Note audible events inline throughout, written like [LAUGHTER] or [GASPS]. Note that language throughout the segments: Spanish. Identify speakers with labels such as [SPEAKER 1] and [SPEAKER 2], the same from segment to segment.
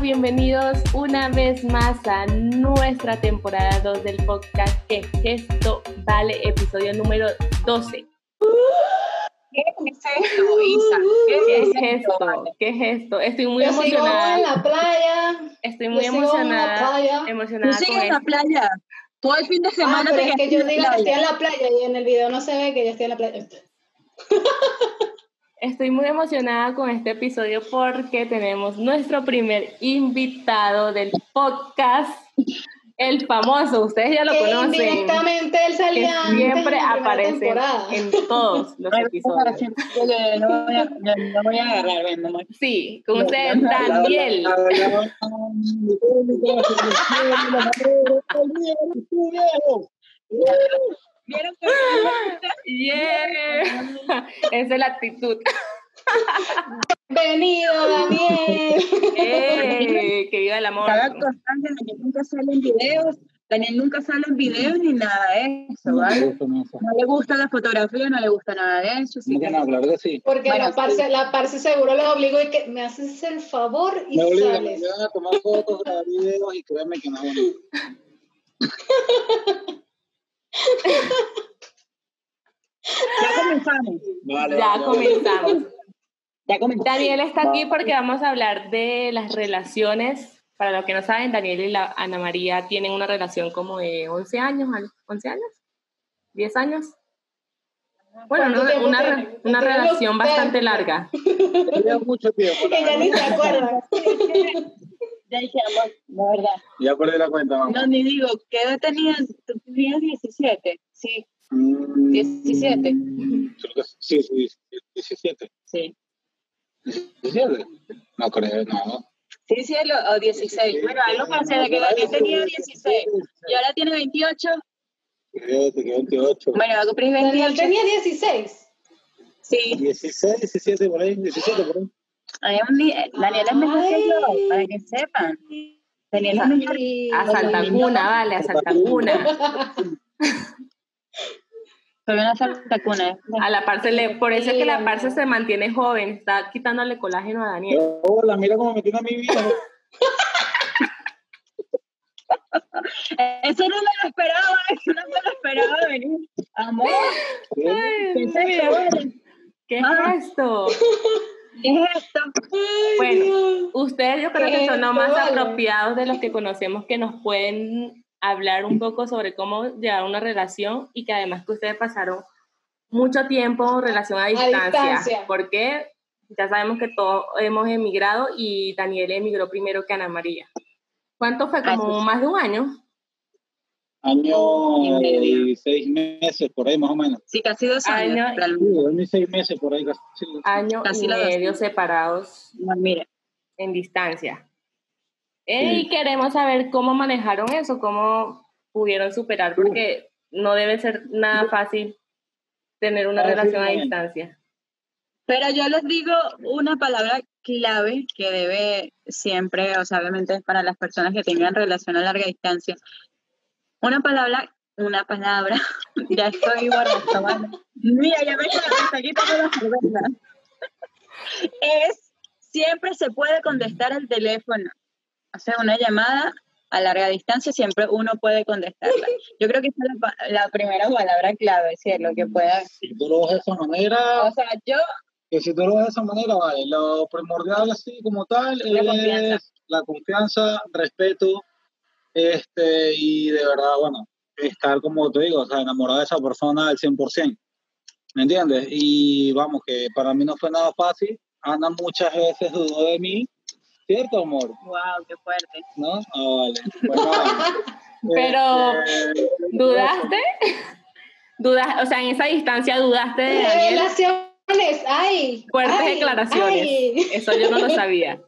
[SPEAKER 1] bienvenidos una vez más a nuestra temporada 2 del podcast Que Gesto Vale, episodio número 12.
[SPEAKER 2] ¿Qué es esto, Isa?
[SPEAKER 1] ¿Qué es esto? ¿Qué es esto? Estoy muy
[SPEAKER 3] Yo sigo en
[SPEAKER 1] emocionada.
[SPEAKER 3] la playa.
[SPEAKER 1] Estoy muy
[SPEAKER 3] yo sigo en la
[SPEAKER 1] emocionada. Em,
[SPEAKER 3] playa.
[SPEAKER 1] Emocionada
[SPEAKER 2] Tú
[SPEAKER 1] con este,
[SPEAKER 2] sigues en la
[SPEAKER 1] esto.
[SPEAKER 2] playa. Todo el fin de
[SPEAKER 3] Ah,
[SPEAKER 2] semana
[SPEAKER 3] pero
[SPEAKER 2] te
[SPEAKER 3] es que
[SPEAKER 2] quedaste
[SPEAKER 3] yo
[SPEAKER 2] en la
[SPEAKER 3] digo que estoy
[SPEAKER 2] playa.
[SPEAKER 3] en la playa y en el video no se ve que yo estoy en la playa.
[SPEAKER 1] Estoy muy emocionada con este episodio porque tenemos nuestro primer invitado del podcast, el famoso. Ustedes ya lo
[SPEAKER 3] que
[SPEAKER 1] conocen.
[SPEAKER 3] E indirectamente él
[SPEAKER 1] que
[SPEAKER 3] salía antes en la
[SPEAKER 1] siempre
[SPEAKER 3] primera
[SPEAKER 1] aparece
[SPEAKER 3] temporada.
[SPEAKER 1] en todos los
[SPEAKER 2] Ay, para
[SPEAKER 1] episodios.
[SPEAKER 2] siempre, yo le- Lo voy a- le- lo voy a agarrar, ven, mamá.
[SPEAKER 1] Sí, con ustedes, Daniel.
[SPEAKER 2] ¿Vieron que
[SPEAKER 1] Yeah. [LAUGHS] Esa es la actitud. [LAUGHS]
[SPEAKER 3] Bienvenido, Daniel.
[SPEAKER 1] ¡Ey! Eh, que viva el amor.
[SPEAKER 2] Cada constante de que nunca salen videos, Daniel nunca sale en videos ni nada de eso, ¿vale? No le gusta la fotografía, no le gusta nada de eso. así que-
[SPEAKER 3] Porque
[SPEAKER 2] Bueno,
[SPEAKER 3] la, parce, la parce seguro lo obligó y que me haces el favor y
[SPEAKER 4] Me obligan, me
[SPEAKER 3] sales.
[SPEAKER 4] obligan a tomar fotos, grabar videos y créanme que no hago nada.
[SPEAKER 2] Ya comenzamos.
[SPEAKER 4] Vale,
[SPEAKER 1] Ya
[SPEAKER 4] vale, vale.
[SPEAKER 1] comenzamos.
[SPEAKER 2] Ya comenzamos.
[SPEAKER 1] Daniel está aquí porque vamos a hablar de las relaciones. Para los que no saben, Daniel y la Ana María tienen una relación como de 11 años, al- 11 años, 10 años. Bueno,
[SPEAKER 3] ¿Cuánto
[SPEAKER 1] no,
[SPEAKER 3] tiempo
[SPEAKER 1] una,
[SPEAKER 3] tienen?
[SPEAKER 1] re- una
[SPEAKER 3] Tienen
[SPEAKER 1] relación
[SPEAKER 3] ustedes.
[SPEAKER 1] bastante larga.
[SPEAKER 4] Llevo mucho tiempo. la
[SPEAKER 3] Que ya ni
[SPEAKER 4] verdad.
[SPEAKER 1] [LAUGHS]
[SPEAKER 3] se acuerda.
[SPEAKER 2] Ya dijimos, la verdad.
[SPEAKER 4] Ya perdí la cuenta, mamá.
[SPEAKER 2] No, ni digo, ¿qué edad tenías? Tú tenías 17. Sí,
[SPEAKER 4] Mm,
[SPEAKER 2] 17.
[SPEAKER 4] creo que sí, sí, sí, 17.
[SPEAKER 2] sí.
[SPEAKER 4] 17. No creo, no.
[SPEAKER 2] Sí, sí, lo- o 16. Bueno, algo pasé de que Daniel tenía 16 y ahora tiene 28.
[SPEAKER 4] Creo que 28.
[SPEAKER 2] Bueno, va a cumplir
[SPEAKER 3] Daniel
[SPEAKER 2] 28.
[SPEAKER 3] tenía 16.
[SPEAKER 2] Sí,
[SPEAKER 4] 16, 17, por ahí, 17, por ahí.
[SPEAKER 2] hay un ni- Daniel es mejor que yo, para que sepan. Daniel es mayor.
[SPEAKER 1] A Saltacuna, vale, a Saltacuna.
[SPEAKER 2] Soy una saltacuna.
[SPEAKER 1] A la parce le- por eso es que la parce se mantiene joven, está quitándole colágeno a Daniel.
[SPEAKER 4] Hola, mira cómo me tiene a mi
[SPEAKER 2] [LAUGHS]
[SPEAKER 4] vida.
[SPEAKER 2] Eso no me lo esperaba, eso no me lo esperaba venir. Amor, ¿qué es esto? [LAUGHS] vale?
[SPEAKER 1] ¿Qué es
[SPEAKER 2] Ah.
[SPEAKER 1] esto?
[SPEAKER 2] ¿Qué es esto?
[SPEAKER 1] Bueno, Ustedes yo creo que son los
[SPEAKER 3] Esto,
[SPEAKER 1] más
[SPEAKER 3] vale.
[SPEAKER 1] apropiados de los que conocemos que nos pueden hablar un poco sobre cómo llevar una relación y que además que ustedes pasaron mucho tiempo en relación a distancia,
[SPEAKER 3] distancia.
[SPEAKER 1] porque ya sabemos que todos hemos emigrado y Daniel emigró primero que Ana María. ¿Cuánto fue?
[SPEAKER 2] Así
[SPEAKER 1] Como
[SPEAKER 2] es.
[SPEAKER 1] más de un año.
[SPEAKER 4] Año
[SPEAKER 2] Y medio.
[SPEAKER 4] y seis meses, por ahí más o menos.
[SPEAKER 2] Sí, casi dos
[SPEAKER 1] Ay,
[SPEAKER 2] años.
[SPEAKER 1] no.
[SPEAKER 4] Sí,
[SPEAKER 2] realmente.
[SPEAKER 4] año y seis meses, por ahí casi.
[SPEAKER 1] Año
[SPEAKER 2] Casi
[SPEAKER 1] y
[SPEAKER 2] la
[SPEAKER 1] medio
[SPEAKER 2] dos.
[SPEAKER 1] separados
[SPEAKER 2] No, mira,
[SPEAKER 1] en distancia. Eh, Y
[SPEAKER 4] Sí.
[SPEAKER 1] queremos saber cómo manejaron eso, cómo pudieron superar, porque no debe ser nada fácil tener una
[SPEAKER 4] Ah, sí,
[SPEAKER 1] relación a
[SPEAKER 4] bien.
[SPEAKER 1] distancia.
[SPEAKER 2] Pero yo les digo una palabra clave que debe siempre, o sea, obviamente es para las personas que tengan relación a larga distancia. Una palabra, una palabra, [LAUGHS] ya estoy borracha, ¿vale? Mira, ya me está quitando la cerveza. Es, siempre se puede contestar el teléfono. O sea, una llamada a larga distancia siempre uno puede contestarla. Yo creo que esa es la, pa- la primera palabra clave, si es lo que pueda.
[SPEAKER 4] Si tú lo ves de esa manera,
[SPEAKER 2] O sea, yo
[SPEAKER 4] que si tú lo ves de esa manera, vale, lo primordial así como tal
[SPEAKER 2] La
[SPEAKER 4] es
[SPEAKER 2] confianza.
[SPEAKER 4] la confianza, respeto, este, y de verdad, bueno, estar como te digo, o sea, enamorada de esa persona al 100%, ¿me entiendes? Y vamos, que para mí no fue nada fácil, Ana muchas veces dudó de mí, ¿cierto, amor?
[SPEAKER 2] Wow, qué fuerte.
[SPEAKER 4] ¿No? Ah, vale. Bueno,
[SPEAKER 1] Pero,
[SPEAKER 2] [LAUGHS]
[SPEAKER 4] este,
[SPEAKER 1] ¿Dudaste? [LAUGHS] ¿Dudas, o sea, en esa distancia dudaste de Daniel.
[SPEAKER 3] Revelaciones, ay.
[SPEAKER 1] Fuertes
[SPEAKER 3] ay,
[SPEAKER 1] declaraciones.
[SPEAKER 3] ay.
[SPEAKER 1] Eso yo no lo sabía.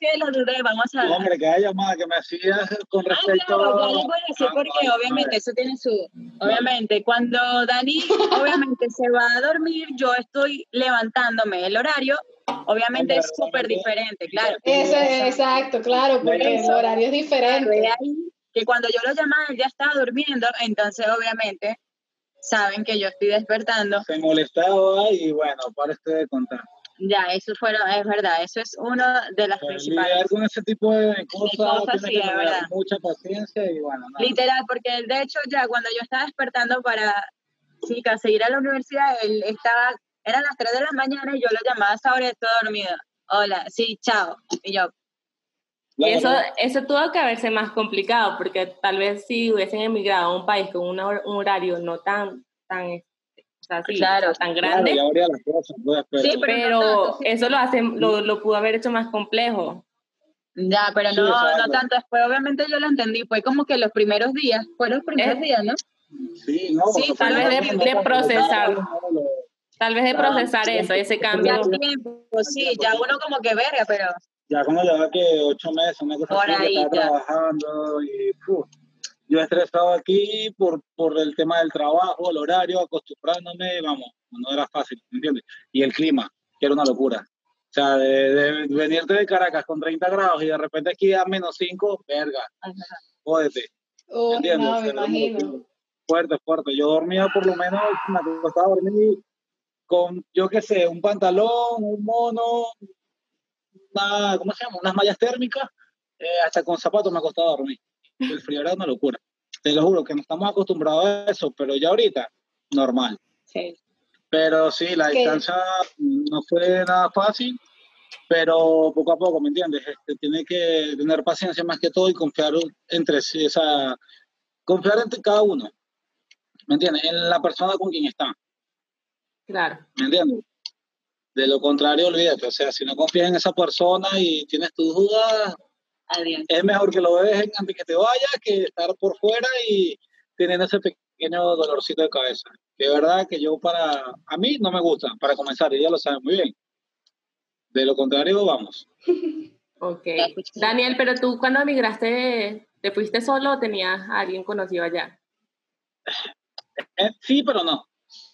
[SPEAKER 2] Sí, lo dudé, vamos a...
[SPEAKER 4] Hombre, cada llamada que me hacías con
[SPEAKER 2] Ah,
[SPEAKER 4] respecto
[SPEAKER 2] claro, ya
[SPEAKER 4] a...
[SPEAKER 2] les voy a decir
[SPEAKER 4] Ah,
[SPEAKER 2] porque
[SPEAKER 4] vale,
[SPEAKER 2] obviamente
[SPEAKER 4] vale.
[SPEAKER 2] eso tiene su... Obviamente, cuando [LAUGHS] Dani obviamente se va a dormir, yo estoy levantándome el horario, obviamente
[SPEAKER 4] Claro,
[SPEAKER 2] es súper
[SPEAKER 4] obviamente.
[SPEAKER 2] diferente, claro.
[SPEAKER 3] Eso es, exacto, claro, porque el horario es
[SPEAKER 2] Claro,
[SPEAKER 3] diferente.
[SPEAKER 2] de ahí que cuando yo lo llamaba, él ya estaba durmiendo, entonces obviamente saben que yo estoy despertando.
[SPEAKER 4] se molestaba y bueno, para usted este de contar.
[SPEAKER 2] Ya, eso fueron, es verdad, eso es una de las
[SPEAKER 4] Para
[SPEAKER 2] principales.
[SPEAKER 4] lidiar con ese tipo de cosas,
[SPEAKER 2] cosas, sí,
[SPEAKER 4] tienes
[SPEAKER 2] es
[SPEAKER 4] que
[SPEAKER 2] verdad.
[SPEAKER 4] tener mucha paciencia y bueno, nada.
[SPEAKER 2] Literal, porque de hecho ya cuando yo estaba despertando para, chicas, seguir a la universidad, él estaba, eran las 3 de la mañana y yo lo llamaba a esa hora y estaba dormido. Hola, sí, chao. Y yo,
[SPEAKER 1] Y
[SPEAKER 4] La
[SPEAKER 1] eso,
[SPEAKER 4] verdad,
[SPEAKER 1] eso tuvo que haberse más complicado, porque tal vez si hubiesen emigrado a un país con una hor- un horario no tan, tan, este, o sea, sí,
[SPEAKER 2] Claro,
[SPEAKER 1] tan
[SPEAKER 4] claro,
[SPEAKER 1] grande,
[SPEAKER 4] ya habría las cosas, pues, pero
[SPEAKER 2] Sí, pero-
[SPEAKER 1] pero
[SPEAKER 2] no tanto, sí.
[SPEAKER 1] eso lo, hace,
[SPEAKER 4] Mm.
[SPEAKER 1] lo, lo pudo haber hecho más complejo.
[SPEAKER 2] ya, pero
[SPEAKER 4] Sí,
[SPEAKER 2] no, no
[SPEAKER 4] exacto.
[SPEAKER 2] tanto. Después obviamente yo lo entendí, fue como que los primeros días, fueron los primeros
[SPEAKER 1] Eh,
[SPEAKER 2] días, ¿no?
[SPEAKER 4] sí, no,
[SPEAKER 2] Sí,
[SPEAKER 4] porque
[SPEAKER 2] tal vez
[SPEAKER 4] primero
[SPEAKER 1] de-
[SPEAKER 4] no
[SPEAKER 1] de
[SPEAKER 4] complicado,
[SPEAKER 1] procesar.
[SPEAKER 4] no lo-
[SPEAKER 1] Tal vez de
[SPEAKER 4] Claro,
[SPEAKER 1] procesar
[SPEAKER 4] Ah, sí,
[SPEAKER 1] eso, ese
[SPEAKER 4] sí,
[SPEAKER 1] cambio.
[SPEAKER 2] Ya
[SPEAKER 4] Pero-
[SPEAKER 2] tiempo, sí, ya uno como que verga, pero
[SPEAKER 4] Ya cuando lleva que ocho meses, una cosa
[SPEAKER 2] Por
[SPEAKER 4] así,
[SPEAKER 2] ahí,
[SPEAKER 4] que estaba
[SPEAKER 2] ya.
[SPEAKER 4] trabajando y puf, yo he estresado aquí por, por el tema del trabajo, el horario, acostumbrándome, vamos, no era fácil, ¿me ¿entiendes? Y el clima, que era una locura. O sea, de, de venirte de Caracas con 30 grados y de repente aquí a menos 5, verga, jódete.
[SPEAKER 3] Oh,
[SPEAKER 4] ¿Entiendes?
[SPEAKER 3] no, me
[SPEAKER 4] O sea, era muy
[SPEAKER 3] imagino.
[SPEAKER 4] loco. Fuerte, fuerte. Yo dormía por lo menos, me acostaba a dormir con, yo qué sé, un pantalón, un mono, una, ¿cómo se llama? Unas mallas térmicas, eh, hasta con zapatos me acostaba a dormir. El frío era una locura. Te lo juro que no estamos acostumbrados a eso, pero ya ahorita, normal.
[SPEAKER 2] sí.
[SPEAKER 4] Pero sí, la
[SPEAKER 3] Ok.
[SPEAKER 4] distancia no fue nada fácil, pero poco a poco, ¿me entiendes? Este, tiene que tener paciencia más que todo y confiar entre sí, o sea, confiar entre cada uno, ¿me entiendes? En la persona con quien está,
[SPEAKER 1] Claro.
[SPEAKER 4] ¿me entiendes? De lo contrario, olvídate, o sea, si no confías en esa persona y tienes tus dudas,
[SPEAKER 2] Adiós.
[SPEAKER 4] es mejor que lo dejen antes que te vayas que estar por fuera y teniendo ese pequeño dolorcito de cabeza. De verdad que yo para, a mí no me gusta, para comenzar, y ya lo saben muy bien. De lo contrario, vamos.
[SPEAKER 1] Ok.
[SPEAKER 2] Ya escuché.
[SPEAKER 1] Daniel, pero tú cuando emigraste, ¿te fuiste solo o tenías a alguien conocido allá?
[SPEAKER 4] Eh, sí, pero no.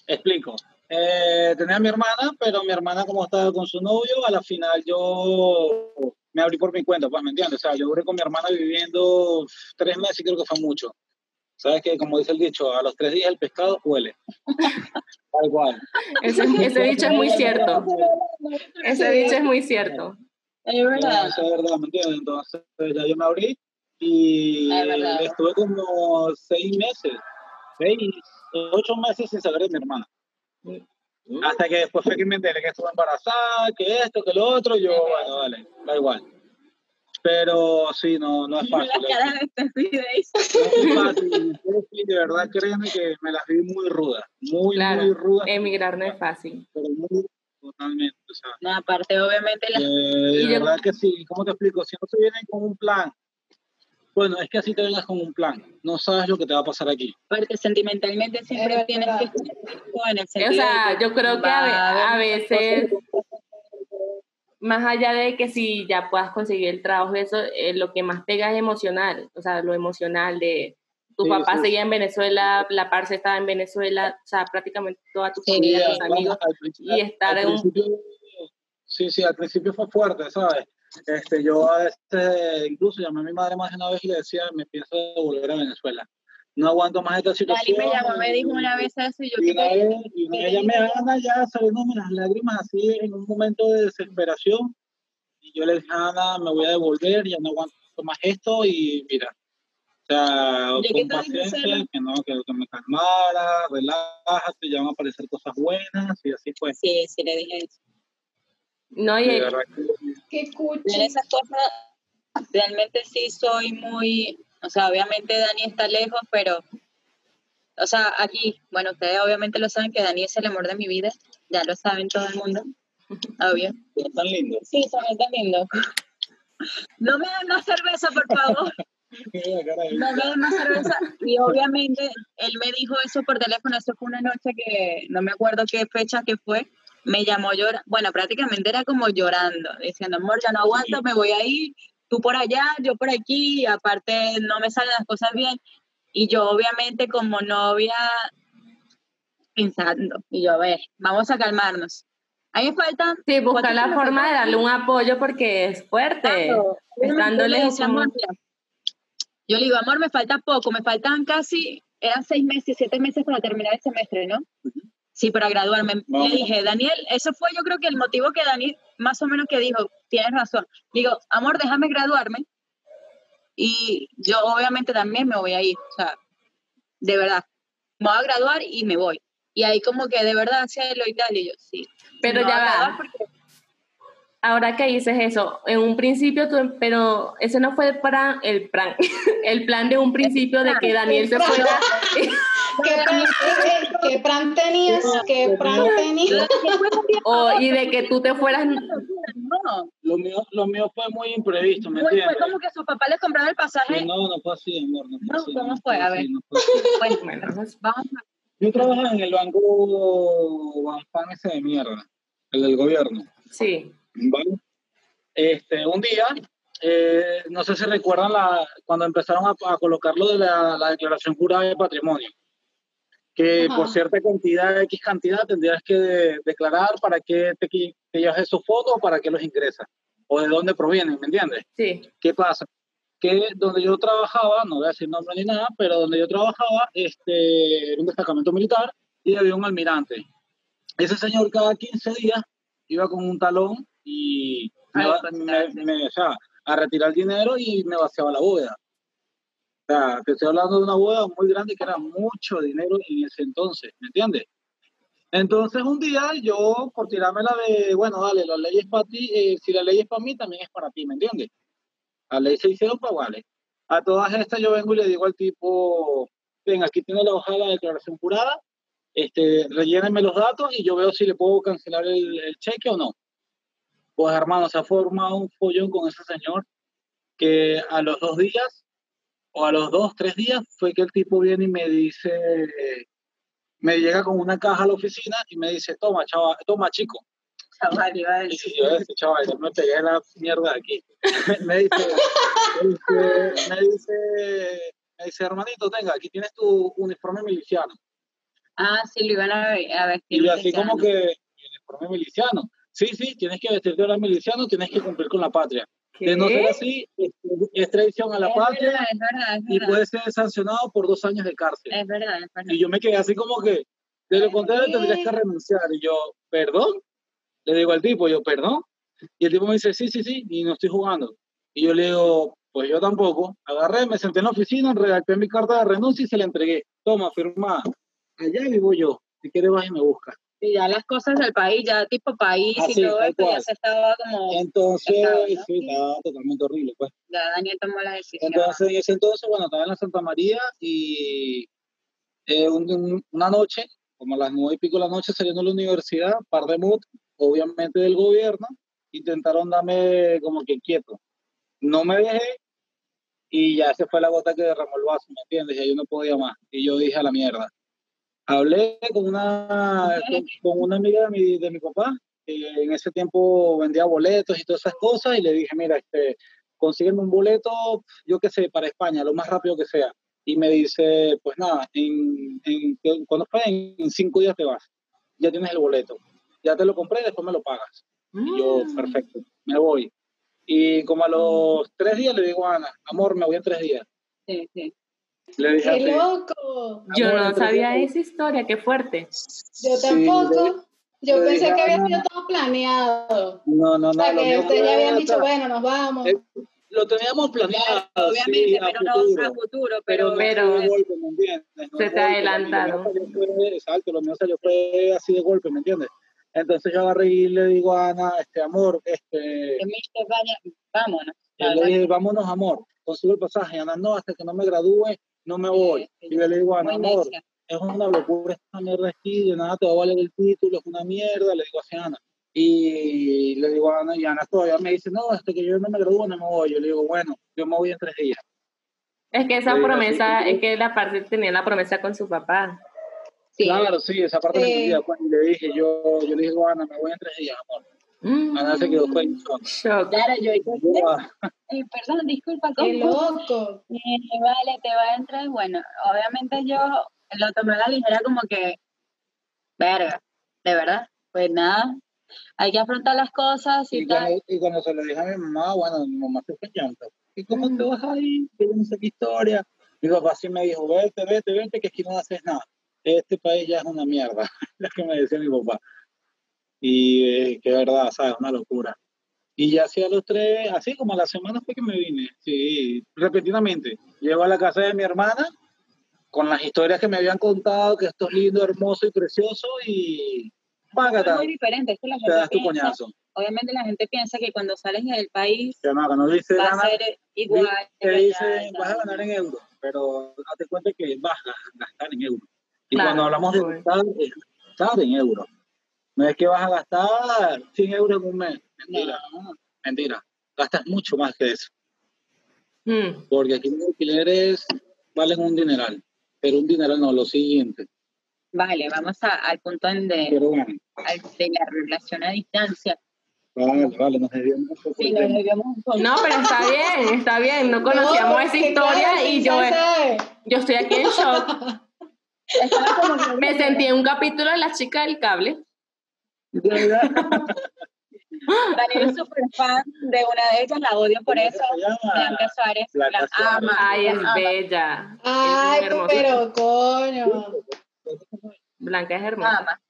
[SPEAKER 4] Explico. Eh, tenía a mi hermana, pero mi hermana como estaba con su novio, a la final yo me abrí por mi cuenta, pues, ¿me entiendes? O sea, yo duré con mi hermana viviendo tres meses y creo que fue mucho. Sabes que, como dice el dicho, a los tres días el pescado huele. [LAUGHS] Tal cual.
[SPEAKER 1] Ese, ese dicho es muy cierto. Ese dicho es muy cierto.
[SPEAKER 2] Es
[SPEAKER 4] No,
[SPEAKER 2] verdad.
[SPEAKER 4] eso es verdad, ¿me entiendes? Entonces ya yo me abrí y
[SPEAKER 2] Es verdad.
[SPEAKER 4] estuve como seis meses, seis, ocho meses sin saber de mi hermana.
[SPEAKER 1] Mm.
[SPEAKER 4] Hasta que después fue que me enteré que estuve embarazada, que esto, que lo otro, y yo, bueno, dale, da igual. Pero sí,
[SPEAKER 2] [LAUGHS]
[SPEAKER 4] no, no es fácil.
[SPEAKER 2] La cara de este Steffi Grace.
[SPEAKER 4] No es fácil. Sí, De verdad, créeme que me las vi muy rudas, muy,
[SPEAKER 1] Claro. Em-
[SPEAKER 4] muy rudas,
[SPEAKER 1] Emigrar no es fácil.
[SPEAKER 4] pero muy totalmente, o sea.
[SPEAKER 2] No, aparte, obviamente, la-
[SPEAKER 4] Eh,
[SPEAKER 1] Y
[SPEAKER 4] de
[SPEAKER 1] yo-
[SPEAKER 4] verdad que sí, ¿cómo te explico? Si no te vienen con un plan, bueno, es que así te vengas con un plan, no sabes lo que te va a pasar aquí.
[SPEAKER 2] parte sentimentalmente siempre
[SPEAKER 3] verdad.
[SPEAKER 2] tienes que estar contigo en el
[SPEAKER 1] O
[SPEAKER 2] sentido de
[SPEAKER 1] sea,
[SPEAKER 2] que
[SPEAKER 1] yo creo que
[SPEAKER 2] va
[SPEAKER 1] a, ve-
[SPEAKER 2] haber
[SPEAKER 1] a
[SPEAKER 2] muchas cosas
[SPEAKER 1] veces,
[SPEAKER 2] que-
[SPEAKER 1] más allá de que si ya puedas conseguir el trabajo, eso, eh, lo que más pega es emocional. O sea, lo emocional de tu
[SPEAKER 4] Sí,
[SPEAKER 1] papá
[SPEAKER 4] sí.
[SPEAKER 1] seguía en Venezuela, la parce estaba en Venezuela, o sea, prácticamente toda tu
[SPEAKER 2] Sí,
[SPEAKER 1] familia, tus
[SPEAKER 4] bueno,
[SPEAKER 1] amigos.
[SPEAKER 4] al principio-
[SPEAKER 1] y estar
[SPEAKER 4] al
[SPEAKER 1] en un-
[SPEAKER 4] principio- Sí, sí, al principio fue fuerte, ¿sabes? Este, yo a veces, incluso llamé a mi madre más de una vez y le decía, me pienso volver a Venezuela. No aguanto más esta
[SPEAKER 2] Lali
[SPEAKER 4] situación.
[SPEAKER 2] me llamó, me dijo una vez eso y yo
[SPEAKER 4] Y una
[SPEAKER 2] quedé-
[SPEAKER 4] vez, y una vez llamé a Ana ya saliéndome las lágrimas así en un momento de desesperación. Y yo le dije, Ana, me voy a devolver, ya no aguanto más esto y mira. O sea,
[SPEAKER 2] ¿De qué te
[SPEAKER 4] con
[SPEAKER 2] dijo
[SPEAKER 4] paciencia,
[SPEAKER 2] Sara?
[SPEAKER 4] que no, que, que me calmara, relájate, ya van a aparecer cosas buenas y así fue.
[SPEAKER 2] Sí, sí, le dije eso.
[SPEAKER 1] No, y,
[SPEAKER 4] De verdad que-
[SPEAKER 3] Qué
[SPEAKER 2] Yo en
[SPEAKER 3] cuchi.
[SPEAKER 2] esas cosas realmente sí soy muy, o sea, obviamente Dani está lejos, pero, o sea, aquí, bueno, ustedes obviamente lo saben que Dani es el amor de mi vida, ya lo saben todo el mundo, obvio.
[SPEAKER 4] Pero tan lindo.
[SPEAKER 2] Sí, también está lindo. No me den más cerveza, por favor.
[SPEAKER 4] La cara de-
[SPEAKER 2] No me den más cerveza. Y obviamente él me dijo eso por teléfono. Eso fue una noche que no me acuerdo qué fecha que fue. Me llamó llorando. Bueno, prácticamente era como llorando, diciendo, amor, ya no aguanto, me voy a ir. Tú por allá, yo por aquí. y aparte, no me salen las cosas bien. Y yo, obviamente, como novia, pensando. Y yo, a ver, vamos a calmarnos. Ahí faltan.
[SPEAKER 1] sí,
[SPEAKER 2] ¿cuánto
[SPEAKER 1] buscar la
[SPEAKER 2] tiempo
[SPEAKER 1] forma
[SPEAKER 2] falta?
[SPEAKER 1] de darle un apoyo porque es fuerte.
[SPEAKER 2] Claro,
[SPEAKER 1] Estando
[SPEAKER 2] obviamente, yo le
[SPEAKER 1] lejos,
[SPEAKER 2] decía, amor,
[SPEAKER 1] ¿cómo?
[SPEAKER 2] mira, Yo le digo, amor, me falta poco, me faltan casi, eran seis meses, siete meses para terminar el semestre, ¿no? Sí, para graduarme.
[SPEAKER 4] No.
[SPEAKER 2] Le dije, Daniel, eso fue yo creo que el motivo que Dani más o menos que dijo, tienes razón. Digo, amor, déjame graduarme. Y yo obviamente también me voy a ir, o sea, de verdad. Me voy a graduar y me voy. Y ahí como que de verdad se lo y tal, y yo, sí.
[SPEAKER 1] Pero
[SPEAKER 2] me
[SPEAKER 1] ya
[SPEAKER 2] voy a
[SPEAKER 1] va.
[SPEAKER 2] graduar porque-
[SPEAKER 1] Ahora que dices eso, en un principio tú, pero ese no fue el plan, el plan, [LAUGHS] el plan de un principio de que Daniel se fuera.
[SPEAKER 3] ¿Qué plan, eh, qué plan tenías? ¿Qué plan tenías?
[SPEAKER 1] o-
[SPEAKER 2] Ah,
[SPEAKER 1] y de que tú te fueras.
[SPEAKER 2] No,
[SPEAKER 4] Lo mío, lo mío fue muy imprevisto, ¿me
[SPEAKER 2] fue, fue
[SPEAKER 4] entiendes?
[SPEAKER 2] como que sus papás les compraron el pasaje.
[SPEAKER 4] No, no fue así, amor. No, fue
[SPEAKER 2] No,
[SPEAKER 4] así,
[SPEAKER 2] ¿cómo
[SPEAKER 4] no
[SPEAKER 2] fue? A
[SPEAKER 4] así,
[SPEAKER 2] ver.
[SPEAKER 4] no fue así.
[SPEAKER 2] Bueno,
[SPEAKER 1] Bueno, eso es-
[SPEAKER 2] vamos a
[SPEAKER 4] Yo trabajaba en el banco Banfan ese de mierda, el del gobierno.
[SPEAKER 1] sí.
[SPEAKER 4] ¿vale? Este, un día, eh, no sé si recuerdan la, cuando empezaron a, a colocar lo de la, la declaración jurada de patrimonio, que
[SPEAKER 3] Ajá.
[SPEAKER 4] por cierta cantidad, X cantidad, tendrías que de- declarar para qué te, qui- te llevas esos fondos o para qué los ingresas, o de dónde provienen, ¿me entiendes?
[SPEAKER 1] Sí.
[SPEAKER 4] ¿Qué pasa? Que donde yo trabajaba, no voy a decir nombre ni nada, pero donde yo trabajaba este, era un destacamento militar y había un almirante. Ese señor cada 15 días iba con un talón y me,
[SPEAKER 2] Ay,
[SPEAKER 4] va-
[SPEAKER 2] pues,
[SPEAKER 4] me-
[SPEAKER 2] sí.
[SPEAKER 4] me- o sea, a retirar el dinero y me vaciaba la bóveda. O sea, te estoy hablando de una bóveda muy grande que era mucho dinero en ese entonces, ¿me entiendes? Entonces un día yo, por tirarme la de, bueno, dale, la ley es para ti, eh, si la ley es para mí, también es para ti, ¿me entiendes? La ley se hicieron para vale. A todas estas yo vengo y le digo al tipo, ven, aquí tiene la hoja de la declaración jurada, este, rellénenme los datos y yo veo si le puedo cancelar el, el cheque o no. Pues hermano, se ha formado un follón con ese señor que a los dos días, o a los dos, tres días, fue que el tipo viene y me dice, eh, me llega con una caja a la oficina y me dice, toma, chava, toma chico.
[SPEAKER 2] chaval, iba a
[SPEAKER 4] Y
[SPEAKER 2] decir.
[SPEAKER 4] yo este ese chaval, yo me pegué la mierda de aquí. [LAUGHS] me, dice, me dice, me dice, me dice, hermanito, tenga, aquí tienes tu uniforme miliciano.
[SPEAKER 2] Ah, sí, lo iban a, ve- a vestir.
[SPEAKER 4] Y yo así
[SPEAKER 2] miliciano.
[SPEAKER 4] como que, uniforme miliciano. Sí, sí, tienes que vestirte ahora miliciano, tienes que cumplir con la patria. De no ser
[SPEAKER 1] ¿Qué?
[SPEAKER 4] así, es, es traición a la
[SPEAKER 2] es
[SPEAKER 4] patria
[SPEAKER 2] Verdad, es verdad, es
[SPEAKER 4] y
[SPEAKER 2] verdad.
[SPEAKER 4] puede ser sancionado por dos años de cárcel.
[SPEAKER 2] Es verdad, es verdad.
[SPEAKER 4] Y yo me quedé así como que, de lo contrario tendrías que renunciar. Y yo, ¿perdón? Le digo al tipo, yo, ¿perdón? Y el tipo me dice, sí, sí, sí, y no estoy jugando. Y yo le digo, pues yo tampoco. Agarré, me senté en la oficina, redacté mi carta de renuncia y se la entregué. Toma, firmada. Allá vivo yo. Si quieres, vas y me buscas.
[SPEAKER 2] Y ya las cosas del país, ya tipo país
[SPEAKER 4] Así,
[SPEAKER 2] y todo
[SPEAKER 4] tal
[SPEAKER 2] esto, ya
[SPEAKER 4] cual.
[SPEAKER 2] se estaba como,
[SPEAKER 4] Entonces,
[SPEAKER 2] Estaba, ¿no?
[SPEAKER 4] sí, estaba totalmente horrible. Pues.
[SPEAKER 2] ya Daniel tomó la decisión.
[SPEAKER 4] Entonces, en ese entonces, bueno, estaba en la Santa María y eh, un- un- una noche, como a las nueve y pico de la noche, saliendo de la universidad, par de mut, obviamente del gobierno, intentaron darme como que quieto. No me dejé y ya se fue la gota que derramó el vaso, ¿me entiendes? Ya yo no podía más. Y yo dije a la mierda. Hablé con una, con, con una amiga de mi, de mi papá, que en ese tiempo vendía boletos y todas esas cosas, y le dije, mira, este, consígueme un boleto, yo qué sé, para España, lo más rápido que sea. Y me dice, pues nada, en, en, cuando fue, en, en cinco días te vas, ya tienes el boleto, ya te lo compré y después me lo pagas. Y yo,
[SPEAKER 3] Ah.
[SPEAKER 4] perfecto, me voy. Y como a los tres días le digo a Ana, amor, me voy en tres días.
[SPEAKER 2] Sí, sí.
[SPEAKER 4] Le dije,
[SPEAKER 3] ¡Qué
[SPEAKER 4] así,
[SPEAKER 3] loco!
[SPEAKER 1] Yo
[SPEAKER 4] amor,
[SPEAKER 1] no
[SPEAKER 4] en tres días
[SPEAKER 1] sabía
[SPEAKER 4] te-
[SPEAKER 1] esa historia, qué fuerte.
[SPEAKER 3] Yo
[SPEAKER 4] Sí, le dije,
[SPEAKER 3] tampoco. Yo
[SPEAKER 4] le
[SPEAKER 3] pensé
[SPEAKER 4] dije,
[SPEAKER 3] que había
[SPEAKER 4] "Ah, no,
[SPEAKER 3] sido todo planeado.
[SPEAKER 4] No, no,
[SPEAKER 3] O
[SPEAKER 4] no.
[SPEAKER 3] sea,
[SPEAKER 4] lo
[SPEAKER 3] que
[SPEAKER 4] mío
[SPEAKER 3] ustedes
[SPEAKER 4] fue,
[SPEAKER 3] ya habían
[SPEAKER 4] o
[SPEAKER 3] dicho,
[SPEAKER 4] sea,
[SPEAKER 3] bueno, nos vamos.
[SPEAKER 4] eh, lo teníamos planeado,
[SPEAKER 2] Obviamente,
[SPEAKER 4] sí, a
[SPEAKER 2] pero
[SPEAKER 4] futuro,
[SPEAKER 2] no a futuro,
[SPEAKER 4] pero,
[SPEAKER 2] pero,
[SPEAKER 1] pero-
[SPEAKER 4] no fue de golpe, ¿me entiendes? No
[SPEAKER 1] Se
[SPEAKER 4] de
[SPEAKER 1] te
[SPEAKER 4] golpe,
[SPEAKER 1] adelantaron.
[SPEAKER 4] Lo mío salió fue- exacto, lo mío salió fue así de golpe, ¿me entiendes? Entonces yo agarré y le digo a Ana, este amor, este,
[SPEAKER 2] que Mister vaya, vámonos.
[SPEAKER 4] yo le dije, vámonos amor, consigo el pasaje, Ana, no, hasta que no me gradúe, no me
[SPEAKER 2] Sí,
[SPEAKER 4] voy.
[SPEAKER 2] sí.
[SPEAKER 4] Y yo le digo a Ana,
[SPEAKER 2] Muy
[SPEAKER 4] amor,
[SPEAKER 2] necia.
[SPEAKER 4] es una locura esta mierda aquí, de nada te va a valer el título, es una mierda, le digo así a Ana. Y le digo a Ana, y Ana todavía me dice, no, hasta que yo no me gradúo no me voy. Yo le digo, bueno, yo me voy en tres días.
[SPEAKER 1] Es que esa
[SPEAKER 4] Sí, Ah,
[SPEAKER 1] promesa,
[SPEAKER 4] así-
[SPEAKER 1] es que la parte tenía la promesa con su papá.
[SPEAKER 2] Sí.
[SPEAKER 4] Claro, sí, esa parte
[SPEAKER 3] Sí.
[SPEAKER 4] me entendía. Pues, y le dije, yo, yo le dije, Ana, me voy en tres días, amor.
[SPEAKER 1] Mm,
[SPEAKER 4] Ana se quedó fue en shock.
[SPEAKER 1] shock.
[SPEAKER 2] Claro, yo
[SPEAKER 4] Yo, ah,
[SPEAKER 2] Ay, perdón, disculpa,
[SPEAKER 3] ¡Qué
[SPEAKER 2] ¿cómo?
[SPEAKER 3] loco!
[SPEAKER 2] Eh, vale, te va a entrar. Bueno, obviamente yo lo tomé a la ligera como que, verga, de verdad, pues nada, hay que afrontar las cosas y
[SPEAKER 4] y,
[SPEAKER 2] tal.
[SPEAKER 4] cuando, y cuando se lo dije a mi mamá, bueno, mi mamá se fue en llanto. ¿Y cómo te vas ahí? Que yo no sé qué historia. Mi papá sí me dijo, vete, vete, vete, que aquí no haces nada. este país ya es una mierda, [LAUGHS] lo que me decía mi papá. Y eh, que es verdad, ¿sabes? Una locura. Y ya hacía los tres, así como a la semana fue que me vine, sí, repetidamente. Llego a la casa de mi hermana con las historias que me habían contado, que esto es lindo, hermoso y precioso, y
[SPEAKER 2] Es
[SPEAKER 4] págata,
[SPEAKER 2] muy diferente, es que la
[SPEAKER 4] te
[SPEAKER 2] gente
[SPEAKER 4] das tu
[SPEAKER 2] piensa,
[SPEAKER 4] coñazo.
[SPEAKER 2] obviamente la gente piensa que cuando sales del país
[SPEAKER 4] Que no, que no dice
[SPEAKER 2] va
[SPEAKER 4] nada,
[SPEAKER 2] a ser igual. que
[SPEAKER 4] te
[SPEAKER 2] allá,
[SPEAKER 4] dice,
[SPEAKER 2] y
[SPEAKER 4] vas a
[SPEAKER 2] tal.
[SPEAKER 4] ganar en euros, pero date cuenta que vas a gastar en euros. Y
[SPEAKER 1] Claro,
[SPEAKER 4] cuando hablamos de
[SPEAKER 1] bueno.
[SPEAKER 4] gastar, es gastar en euros. No es que vas a gastar 100 euros en un mes. Mentira, mentira. Gastas mucho más que eso.
[SPEAKER 1] Mm,
[SPEAKER 4] Porque aquí los alquileres valen un dineral. Pero un dineral no, lo siguiente.
[SPEAKER 2] Vale, vamos a- al punto en de,
[SPEAKER 4] Pero bueno,
[SPEAKER 2] al- de la relación a distancia.
[SPEAKER 4] vale, vale, nos desviamos un poco.
[SPEAKER 2] Sí,
[SPEAKER 4] del
[SPEAKER 2] lo
[SPEAKER 4] tema.
[SPEAKER 2] digamos un poco.
[SPEAKER 1] No, pero está bien, está bien. No conocíamos esa
[SPEAKER 3] porque,
[SPEAKER 1] historia
[SPEAKER 3] claro,
[SPEAKER 1] y
[SPEAKER 3] ¿quién
[SPEAKER 1] yo,
[SPEAKER 3] sabe?
[SPEAKER 1] yo estoy aquí en shock.
[SPEAKER 2] Estaba como que-
[SPEAKER 1] Me sentí en un capítulo de La chica del cable.
[SPEAKER 4] Ya, ya.
[SPEAKER 2] Valeria es [LAUGHS] súper fan de una de ellas, la odio [LAUGHS] por
[SPEAKER 4] ¿Cómo
[SPEAKER 2] eso.
[SPEAKER 4] se llama?
[SPEAKER 2] Blanca Suárez,
[SPEAKER 4] Blanca
[SPEAKER 2] la
[SPEAKER 4] Suárez.
[SPEAKER 2] ama.
[SPEAKER 1] Ay,
[SPEAKER 2] la
[SPEAKER 1] es
[SPEAKER 2] ama.
[SPEAKER 1] bella.
[SPEAKER 3] Ay,
[SPEAKER 1] es hermosa.
[SPEAKER 3] pero coño.
[SPEAKER 1] Blanca es hermosa.
[SPEAKER 2] ama.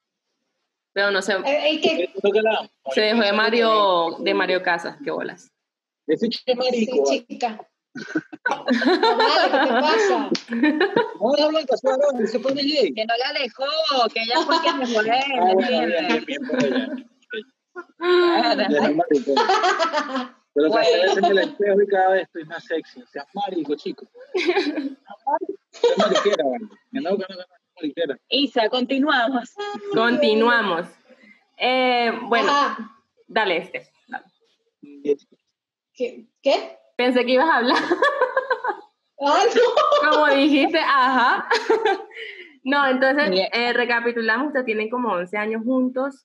[SPEAKER 1] Pero no se,
[SPEAKER 3] Eh, eh, que-
[SPEAKER 4] Esto que la-
[SPEAKER 1] se dejó de Mario, de Mario Casas, qué bolas.
[SPEAKER 4] Ese chico
[SPEAKER 3] sí,
[SPEAKER 4] marico. vale.
[SPEAKER 3] chica. [LAUGHS] Vale, ¿qué te pasa?
[SPEAKER 4] No, no, Blanca Suárez, se pone gay.
[SPEAKER 2] Que no la alejó, que ella fue quien me
[SPEAKER 4] [LAUGHS] Ah,
[SPEAKER 2] molesta,
[SPEAKER 4] bueno, bien, bien,
[SPEAKER 2] ¿entiendes?
[SPEAKER 4] bien por ella. [LAUGHS]
[SPEAKER 2] Claro.
[SPEAKER 4] Deja el maricón. Pero
[SPEAKER 2] Bueno.
[SPEAKER 4] cada vez en el espejo y cada vez estoy más sexy. O sea, marico, chico. Es mariquera, vale. Que no, que no, que no, es mariquera.
[SPEAKER 2] Isa, continuamos.
[SPEAKER 1] Continuamos. Eh, bueno,
[SPEAKER 3] Ajá.
[SPEAKER 1] dale este. dale.
[SPEAKER 4] Y-
[SPEAKER 3] ¿Qué? ¿Qué?
[SPEAKER 1] Pensé que ibas a hablar. [LAUGHS]
[SPEAKER 3] Ay, no.
[SPEAKER 1] Como dijiste, ajá. No, entonces,
[SPEAKER 2] Bien.
[SPEAKER 1] eh, recapitulamos, ustedes tienen como 11 años juntos,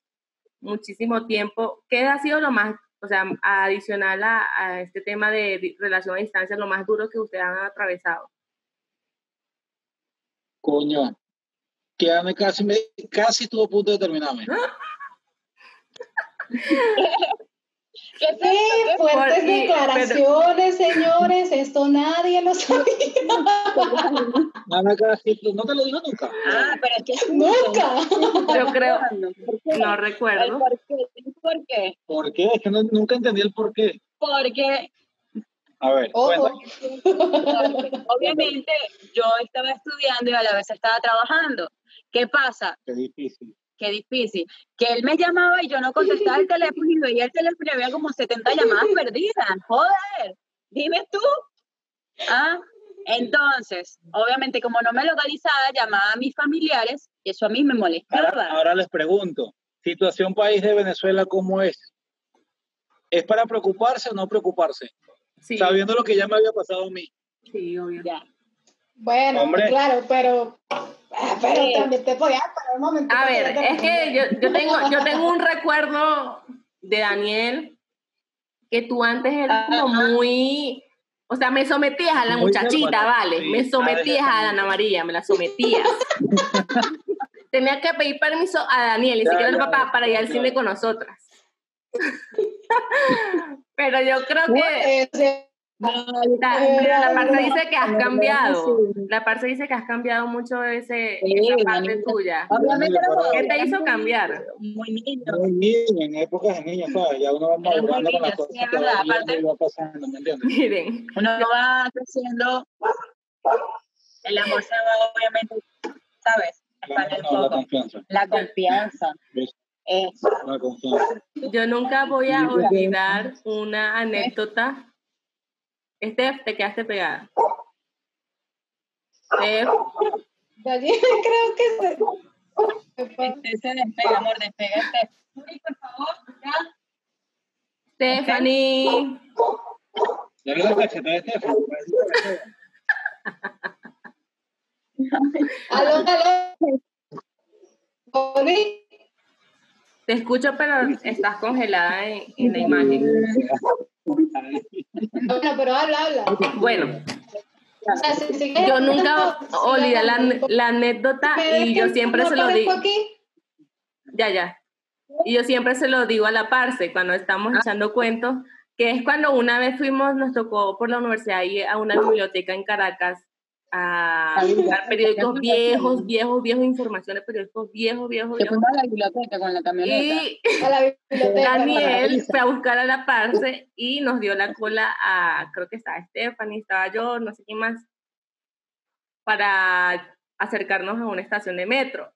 [SPEAKER 1] muchísimo tiempo. ¿Qué ha sido lo más, o sea, adicional a, a este tema de di- relación a distancia, lo más duro que ustedes han atravesado?
[SPEAKER 4] Coño. Quédame casi, me, casi estuvo a punto de terminarme.
[SPEAKER 2] ¿Qué es
[SPEAKER 3] Sí,
[SPEAKER 2] esto?
[SPEAKER 3] fuertes
[SPEAKER 1] Por- y-
[SPEAKER 3] declaraciones, señores. Esto nadie lo
[SPEAKER 1] [LAUGHS]
[SPEAKER 3] sabía.
[SPEAKER 4] Nada casi, no te lo digo nunca.
[SPEAKER 2] Ah, pero es que es un-
[SPEAKER 3] Nunca.
[SPEAKER 1] Yo creo,
[SPEAKER 2] ¿Por qué?
[SPEAKER 1] no
[SPEAKER 2] El
[SPEAKER 1] recuerdo.
[SPEAKER 2] por qué, el por qué.
[SPEAKER 4] ¿Por qué? Es que no- nunca entendí el por qué.
[SPEAKER 2] Porque,
[SPEAKER 4] A ver, cuenta.
[SPEAKER 3] Ojo.
[SPEAKER 2] obviamente, yo estaba estudiando y a la vez estaba trabajando. ¿Qué pasa?
[SPEAKER 4] Qué difícil.
[SPEAKER 2] Qué difícil. Que él me llamaba y yo no contestaba el teléfono y veía el teléfono y había como 70 llamadas perdidas. Joder, dime tú. Ah, entonces, obviamente, como no me localizaba, llamaba a mis familiares y eso a mí me
[SPEAKER 4] Ahora,
[SPEAKER 2] molestaba.
[SPEAKER 4] ahora les pregunto, situación país de Venezuela, ¿cómo es? ¿Es para preocuparse o no preocuparse?
[SPEAKER 1] Sí,
[SPEAKER 4] Sabiendo lo que ya me había pasado a mí.
[SPEAKER 1] sí, obvio.
[SPEAKER 2] Ya.
[SPEAKER 3] Bueno,
[SPEAKER 4] Hombre.
[SPEAKER 3] claro, pero. ah, Pero
[SPEAKER 2] Sí.
[SPEAKER 3] también te podías parar un momento.
[SPEAKER 1] A ver, es que yo, yo tengo, yo tengo un recuerdo de Daniel que tú antes eras como muy, o sea, me sometías a la
[SPEAKER 4] Muy
[SPEAKER 1] muchachita,
[SPEAKER 4] bárbara,
[SPEAKER 1] vale,
[SPEAKER 4] sí.
[SPEAKER 1] me sometías
[SPEAKER 4] Ah,
[SPEAKER 1] a Ana María, me la sometías.
[SPEAKER 4] [LAUGHS]
[SPEAKER 1] Tenía que pedir permiso a Daniel, y
[SPEAKER 4] Ya,
[SPEAKER 1] siquiera al
[SPEAKER 4] ya,
[SPEAKER 1] papá,
[SPEAKER 4] ya,
[SPEAKER 1] para ir al
[SPEAKER 4] ya.
[SPEAKER 1] cine con nosotras. [LAUGHS] Pero yo creo que
[SPEAKER 3] eh,
[SPEAKER 1] la,
[SPEAKER 2] eh,
[SPEAKER 1] mira, la parte dice que has cambiado. La parte dice que has cambiado mucho ese,
[SPEAKER 2] Sí, Ah.
[SPEAKER 1] esa parte
[SPEAKER 2] mamita.
[SPEAKER 1] tuya.
[SPEAKER 2] Obviamente, era como-
[SPEAKER 1] ¿Qué te hizo cambiar?
[SPEAKER 2] Muy niño.
[SPEAKER 4] Muy niño, en épocas de niño, ¿sabes? Ya uno va
[SPEAKER 2] muy
[SPEAKER 4] madurando con las
[SPEAKER 2] niño,
[SPEAKER 4] cosas
[SPEAKER 2] sí, es
[SPEAKER 4] que
[SPEAKER 2] verdad.
[SPEAKER 4] va viendo
[SPEAKER 2] Aparte-
[SPEAKER 4] y va pasando,
[SPEAKER 1] [LAUGHS]
[SPEAKER 4] ¿me entiendes?
[SPEAKER 1] [LAUGHS] Miren.
[SPEAKER 2] Uno va creciendo, el amor se va, obviamente, ¿sabes?
[SPEAKER 4] La,
[SPEAKER 2] Para el
[SPEAKER 4] no, la
[SPEAKER 2] poco.
[SPEAKER 4] confianza,
[SPEAKER 2] La confianza. Eh,
[SPEAKER 4] ¿ves?
[SPEAKER 2] Eso.
[SPEAKER 4] la confianza.
[SPEAKER 1] Yo nunca voy a
[SPEAKER 4] Yo creo que-
[SPEAKER 1] olvidar una anécdota. Este, te quedaste pegada. Steph,
[SPEAKER 3] Daniel, [LAUGHS] creo que se.
[SPEAKER 2] Este se despega, amor, despega este. Ay, por favor, ya.
[SPEAKER 1] Stephanie.
[SPEAKER 4] Ya le doy la cachetada de Stefan.
[SPEAKER 3] Aló, aló. Volví.
[SPEAKER 1] Te escucho, pero estás congelada en, en la imagen.
[SPEAKER 3] Bueno, pero habla, habla.
[SPEAKER 1] Bueno,
[SPEAKER 3] O sea, si sigues
[SPEAKER 1] yo nunca
[SPEAKER 3] hablando,
[SPEAKER 1] olvidé la,
[SPEAKER 3] sigue hablando.
[SPEAKER 1] la anécdota
[SPEAKER 3] Pero
[SPEAKER 1] y
[SPEAKER 3] es
[SPEAKER 1] yo
[SPEAKER 3] que
[SPEAKER 1] siempre
[SPEAKER 3] no
[SPEAKER 1] se lo
[SPEAKER 3] aparezco
[SPEAKER 1] digo.
[SPEAKER 3] aquí.
[SPEAKER 1] Ya, ya. Y yo siempre se lo digo a la parce cuando estamos echando cuentos, que es cuando una vez fuimos, nos tocó por la universidad ir a una biblioteca en Caracas a buscar periódicos viejos, viejos, viejos, información de periódicos viejos, viejos,
[SPEAKER 2] Te
[SPEAKER 1] viejos.
[SPEAKER 2] fuimos a la biblioteca con la camioneta.
[SPEAKER 1] Y
[SPEAKER 3] A la biblioteca.
[SPEAKER 1] Daniel fue a buscar a la parce y nos dio la cola a, creo que estaba Stephanie, estaba yo, no sé quién más, para acercarnos a una estación de metro.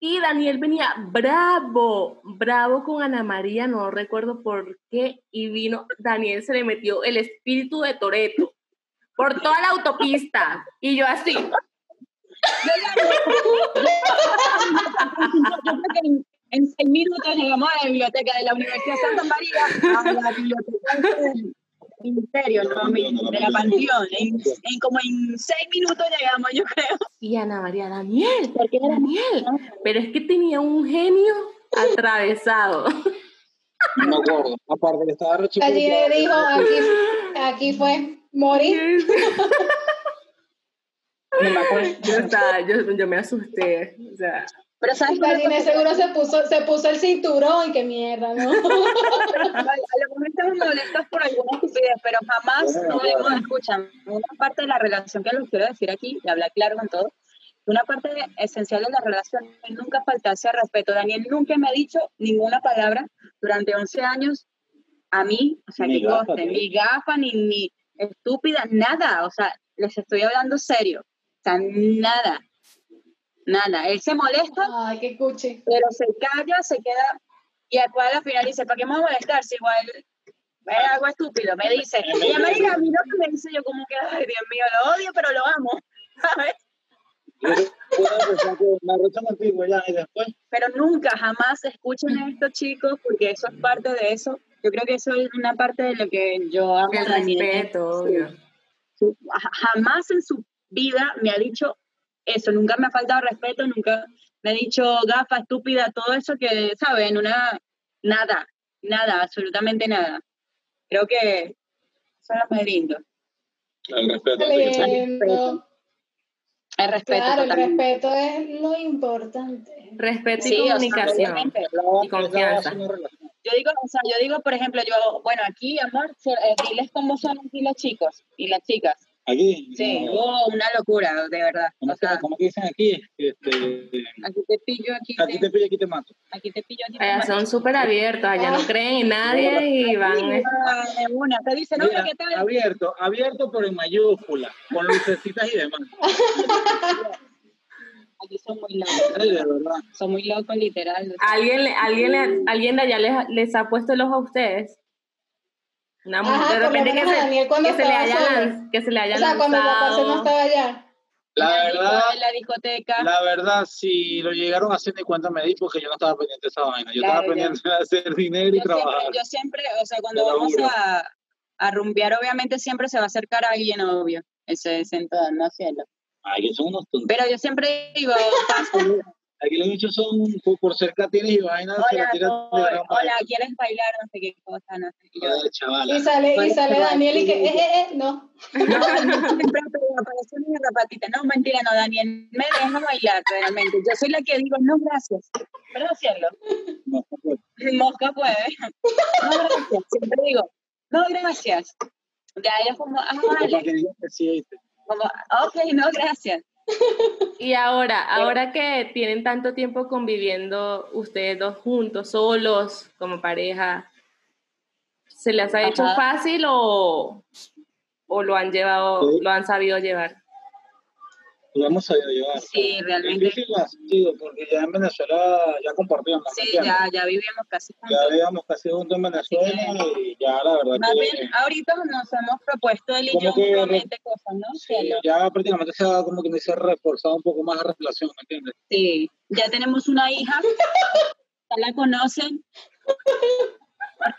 [SPEAKER 1] Y Daniel venía bravo, bravo con Ana María, no recuerdo por qué, y vino, Daniel se le metió el espíritu de Toreto por toda la autopista. Y yo así,
[SPEAKER 2] Yo creo que en, en seis minutos llegamos a la biblioteca de la Universidad de Santa María a la biblioteca del Ministerio, ¿no? de la Panteón. En- en como en seis minutos llegamos, yo creo.
[SPEAKER 1] y Ana María, Daniel,
[SPEAKER 2] Porque era
[SPEAKER 1] Daniel, pero es que tenía un genio atravesado.
[SPEAKER 4] No me acuerdo. Aparte que estaba re chiquito.
[SPEAKER 3] Allí le dijo, "Ah". aquí, aquí fue, morí.
[SPEAKER 1] [LAUGHS]
[SPEAKER 2] No me acuerdo.
[SPEAKER 1] Yo, estaba- yo, yo me asusté. O sea,
[SPEAKER 2] Pero sabes que
[SPEAKER 3] Galliné seguro se puso, se puso el cinturón, qué mierda, ¿no?
[SPEAKER 2] a lo mejor estamos molestos por alguna estupidez, pero jamás no le hemos escuchan. Una parte de la relación que les quiero decir aquí, y hablar claro con todo, una parte esencial de la relación es nunca faltarse al respeto. Daniel nunca me ha dicho ninguna palabra durante 11 años a mí, o sea,
[SPEAKER 4] Ni
[SPEAKER 2] que coste,
[SPEAKER 4] gafa, ¿no?
[SPEAKER 2] ni gafa, ni, ni estúpida, nada. O sea, les estoy hablando serio. O sea, nada. Nada. Él se molesta
[SPEAKER 3] Ay, qué cuchi.
[SPEAKER 2] pero se calla, se queda, y después a la final dice, ¿para qué me voy a molestar si igual es algo estúpido? Me dice, y a María, a mí lo que me dice yo como que, ay, Dios mío, lo odio, pero lo amo, [LAUGHS] ¿sabes?
[SPEAKER 4] Yo puedo pensar que me arrochan contigo ya y después.
[SPEAKER 2] Pero nunca, jamás escuchen a estos chicos, porque eso es parte de eso. Yo creo que eso es una parte de lo que yo amo.
[SPEAKER 1] el
[SPEAKER 2] a Daniel.
[SPEAKER 1] respeto,
[SPEAKER 2] Sí.
[SPEAKER 1] obvio.
[SPEAKER 2] Su- ja- jamás en su vida me ha dicho eso, nunca me ha faltado respeto, nunca me ha dicho gafa, estúpida, todo eso que, ¿saben? Una, nada, nada, absolutamente nada. Creo que eso es lo más lindo.
[SPEAKER 4] El respeto.
[SPEAKER 3] Lindo.
[SPEAKER 2] El respeto.
[SPEAKER 3] Claro, el
[SPEAKER 2] totalmente.
[SPEAKER 3] respeto es lo importante.
[SPEAKER 1] Respeto y
[SPEAKER 2] Sí, o sea,
[SPEAKER 1] comunicación.
[SPEAKER 2] obviamente.
[SPEAKER 1] Y confianza.
[SPEAKER 2] Yo digo, o sea, yo digo, por ejemplo, yo, bueno, aquí, amor, so- eh, diles cómo son aquí los chicos y las chicas.
[SPEAKER 4] Aquí.
[SPEAKER 2] Sí,
[SPEAKER 4] no,
[SPEAKER 2] oh, una locura, de verdad.
[SPEAKER 4] como
[SPEAKER 2] O sea,
[SPEAKER 4] como que dicen aquí, este,
[SPEAKER 2] aquí te pillo, aquí
[SPEAKER 4] aquí
[SPEAKER 2] te,
[SPEAKER 4] te pillo, aquí te mato.
[SPEAKER 2] aquí te pillo, aquí te
[SPEAKER 1] Allá
[SPEAKER 2] mato.
[SPEAKER 1] Ah, son súper abiertos, allá no creen en
[SPEAKER 2] [LAUGHS]
[SPEAKER 1] nadie y van. eh.
[SPEAKER 2] Ay, una, te dicen, hola,
[SPEAKER 4] Mira,
[SPEAKER 2] ¿qué tal?
[SPEAKER 4] abierto, abierto pero en mayúscula, con lucecitas y demás.
[SPEAKER 2] Aquí son muy locos,
[SPEAKER 4] Ay, de verdad.
[SPEAKER 2] son muy locos, literal.
[SPEAKER 1] ¿Alguien, le- alguien, le- alguien de allá les, les ha puesto el ojo a ustedes? Una mujer,
[SPEAKER 3] Ajá,
[SPEAKER 1] de
[SPEAKER 3] por lo
[SPEAKER 1] repente que
[SPEAKER 3] menos a
[SPEAKER 1] se,
[SPEAKER 3] Daniel cuando
[SPEAKER 1] que se le
[SPEAKER 3] estaba
[SPEAKER 1] haya
[SPEAKER 3] solo.
[SPEAKER 1] lanz- que se le haya
[SPEAKER 3] O sea, cuando la parce no
[SPEAKER 1] lanzado.
[SPEAKER 3] estaba allá.
[SPEAKER 4] La
[SPEAKER 2] En
[SPEAKER 4] verdad,
[SPEAKER 2] En la discoteca.
[SPEAKER 4] la verdad, si lo llegaron a hacer, ni cuenta me di porque yo no estaba pendiente de esa vaina. Yo
[SPEAKER 2] Claro,
[SPEAKER 4] estaba pendiente de hacer dinero y
[SPEAKER 2] yo, siempre,
[SPEAKER 4] trabajar.
[SPEAKER 2] yo siempre, o sea, cuando
[SPEAKER 4] Te lo
[SPEAKER 2] vamos
[SPEAKER 4] juro.
[SPEAKER 2] a, a rumbear, obviamente siempre se va a acercar a alguien, obvio. Eso es en todo, no cielo.
[SPEAKER 4] Ay, que son unos tontos.
[SPEAKER 2] Pero yo siempre
[SPEAKER 4] [LAUGHS]
[SPEAKER 2] digo, parce,
[SPEAKER 4] Aquí los bichos son por, por ser catines y vainas. se
[SPEAKER 2] hola,
[SPEAKER 4] la tiran de
[SPEAKER 2] hola,
[SPEAKER 4] gran vaina.
[SPEAKER 2] ¿quieres bailar? No sé qué cosa, no sé. Y yo,
[SPEAKER 4] Ay, chavala.
[SPEAKER 3] Y sale, y
[SPEAKER 2] Parece
[SPEAKER 3] sale
[SPEAKER 2] que va
[SPEAKER 3] Daniel y que,
[SPEAKER 2] aquí.
[SPEAKER 3] eh, eh, eh, no.
[SPEAKER 2] siempre apareció una zapatita. No, mentira, no, Daniel, me deja bailar, realmente. Yo soy la que digo, no, gracias. Pero no cielo.
[SPEAKER 4] No, pues,
[SPEAKER 2] Mosca puede. No, gracias. Siempre digo, no, gracias. Ya ella es como, ah,
[SPEAKER 4] Para
[SPEAKER 2] vale.
[SPEAKER 4] que digan que sí, ¿viste?
[SPEAKER 2] Como, ok, no, gracias.
[SPEAKER 1] Y ahora, ahora que tienen tanto tiempo conviviendo ustedes dos juntos, solos, como pareja, ¿se les ha hecho
[SPEAKER 2] Ajá.
[SPEAKER 1] fácil o, o lo han llevado,
[SPEAKER 4] Sí.
[SPEAKER 1] lo han sabido llevar?
[SPEAKER 4] Lo hemos sabido llevar.
[SPEAKER 2] Sí, realmente.
[SPEAKER 4] Difícil no ha sido porque ya en Venezuela ya compartíamos. ¿me
[SPEAKER 2] Sí,
[SPEAKER 4] entiendes?
[SPEAKER 2] ya, ya vivíamos casi
[SPEAKER 4] Ya
[SPEAKER 2] juntos.
[SPEAKER 4] habíamos casi juntos en Venezuela y ya la verdad
[SPEAKER 2] Más
[SPEAKER 4] que,
[SPEAKER 2] bien, ahorita nos hemos propuesto él y
[SPEAKER 4] Como
[SPEAKER 2] yo
[SPEAKER 4] que-
[SPEAKER 2] mutuamente cosas, ¿no?
[SPEAKER 4] sí,
[SPEAKER 2] Cielo.
[SPEAKER 4] ya prácticamente se ha como que me dice reforzado un poco más la relación, ¿me
[SPEAKER 2] [LAUGHS]
[SPEAKER 4] entiendes?
[SPEAKER 2] Sí. Ya tenemos una hija. Ya la conocen.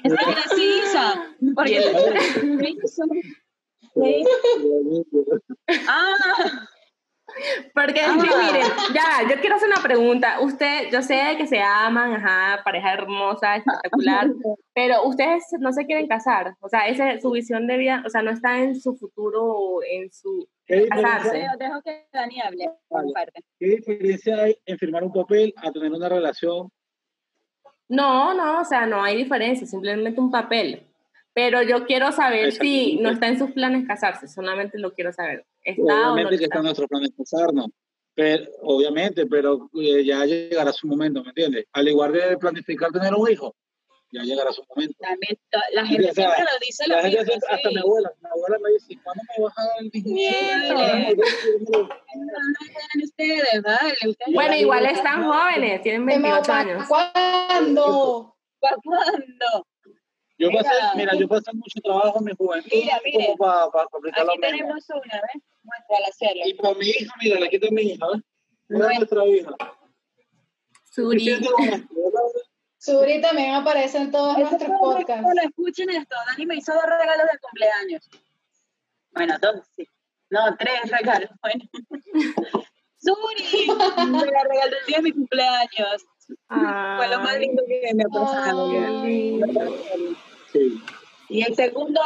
[SPEAKER 2] Es graciosa. Porque
[SPEAKER 1] Bien.
[SPEAKER 2] graciosa. Sí. Ah,
[SPEAKER 1] Porque es que, [LAUGHS] miren, ya, yo quiero hacer una pregunta. Usted, yo sé que se aman, ajá, pareja hermosa, espectacular, pero ustedes no se quieren casar. O sea, esa es su visión de vida, o sea, no está en su futuro, o en su...
[SPEAKER 4] ¿Qué
[SPEAKER 2] yo
[SPEAKER 4] diferencia,
[SPEAKER 1] Casarse.
[SPEAKER 2] dejo- dejo que Dani hable.
[SPEAKER 4] Vale.
[SPEAKER 2] parte.
[SPEAKER 4] qué diferencia hay en firmar un papel a tener una relación?
[SPEAKER 1] No, no, o sea, no hay diferencia, simplemente un papel. Pero yo quiero saber si no está en sus planes casarse, solamente lo quiero saber. Está o no
[SPEAKER 4] obviamente que está
[SPEAKER 1] está.
[SPEAKER 4] en nuestro plan de casarnos, pero, obviamente, pero eh, ya llegará su momento, ¿me entiendes? Al igual de planificar tener un hijo, ya llegará su momento.
[SPEAKER 2] También to- la gente
[SPEAKER 4] O sea,
[SPEAKER 2] siempre lo dice lo
[SPEAKER 4] La gente,
[SPEAKER 2] mismo.
[SPEAKER 4] hasta- hasta
[SPEAKER 2] sí.
[SPEAKER 4] mi abuela, mi abuela me dice, ¿cuándo me vas a dar el hijo?
[SPEAKER 2] Mierda. Hablan ustedes, vale, ustedes
[SPEAKER 1] Bueno,
[SPEAKER 2] hablan.
[SPEAKER 1] igual están jóvenes, tienen
[SPEAKER 3] ¿Qué más
[SPEAKER 1] 28
[SPEAKER 3] pa-
[SPEAKER 1] años.
[SPEAKER 3] ¿Cuándo?
[SPEAKER 2] ¿Para [LAUGHS] cuándo?
[SPEAKER 4] Yo pasé,
[SPEAKER 2] Mira.
[SPEAKER 4] mira, yo pasé mucho trabajo en mi juventud
[SPEAKER 2] Mira, mire.
[SPEAKER 4] como para aplicar lo
[SPEAKER 2] Aquí
[SPEAKER 4] mismo.
[SPEAKER 2] tenemos una, ¿ves? Muéstrala, cielo.
[SPEAKER 4] Y para mi hija, mira, aquí está mi hija, ¿ves? Mira
[SPEAKER 2] Bueno.
[SPEAKER 4] nuestra hija.
[SPEAKER 1] Suri.
[SPEAKER 4] Sí, tengo una, ¿verdad?
[SPEAKER 3] Suri también aparece en todos
[SPEAKER 2] Este
[SPEAKER 3] nuestros
[SPEAKER 2] fue un
[SPEAKER 3] podcasts.
[SPEAKER 2] regalo, Escuchen esto, Dani me hizo dos regalos de cumpleaños. Bueno, dos, sí. No, tres regalos,
[SPEAKER 3] [LAUGHS]
[SPEAKER 2] bueno. Suri, me la regaló el día de mi cumpleaños. Fue lo más lindo que me ha pasado.
[SPEAKER 1] Qué
[SPEAKER 3] Ay.
[SPEAKER 1] lindo.
[SPEAKER 4] Sí,
[SPEAKER 2] Y el segundo,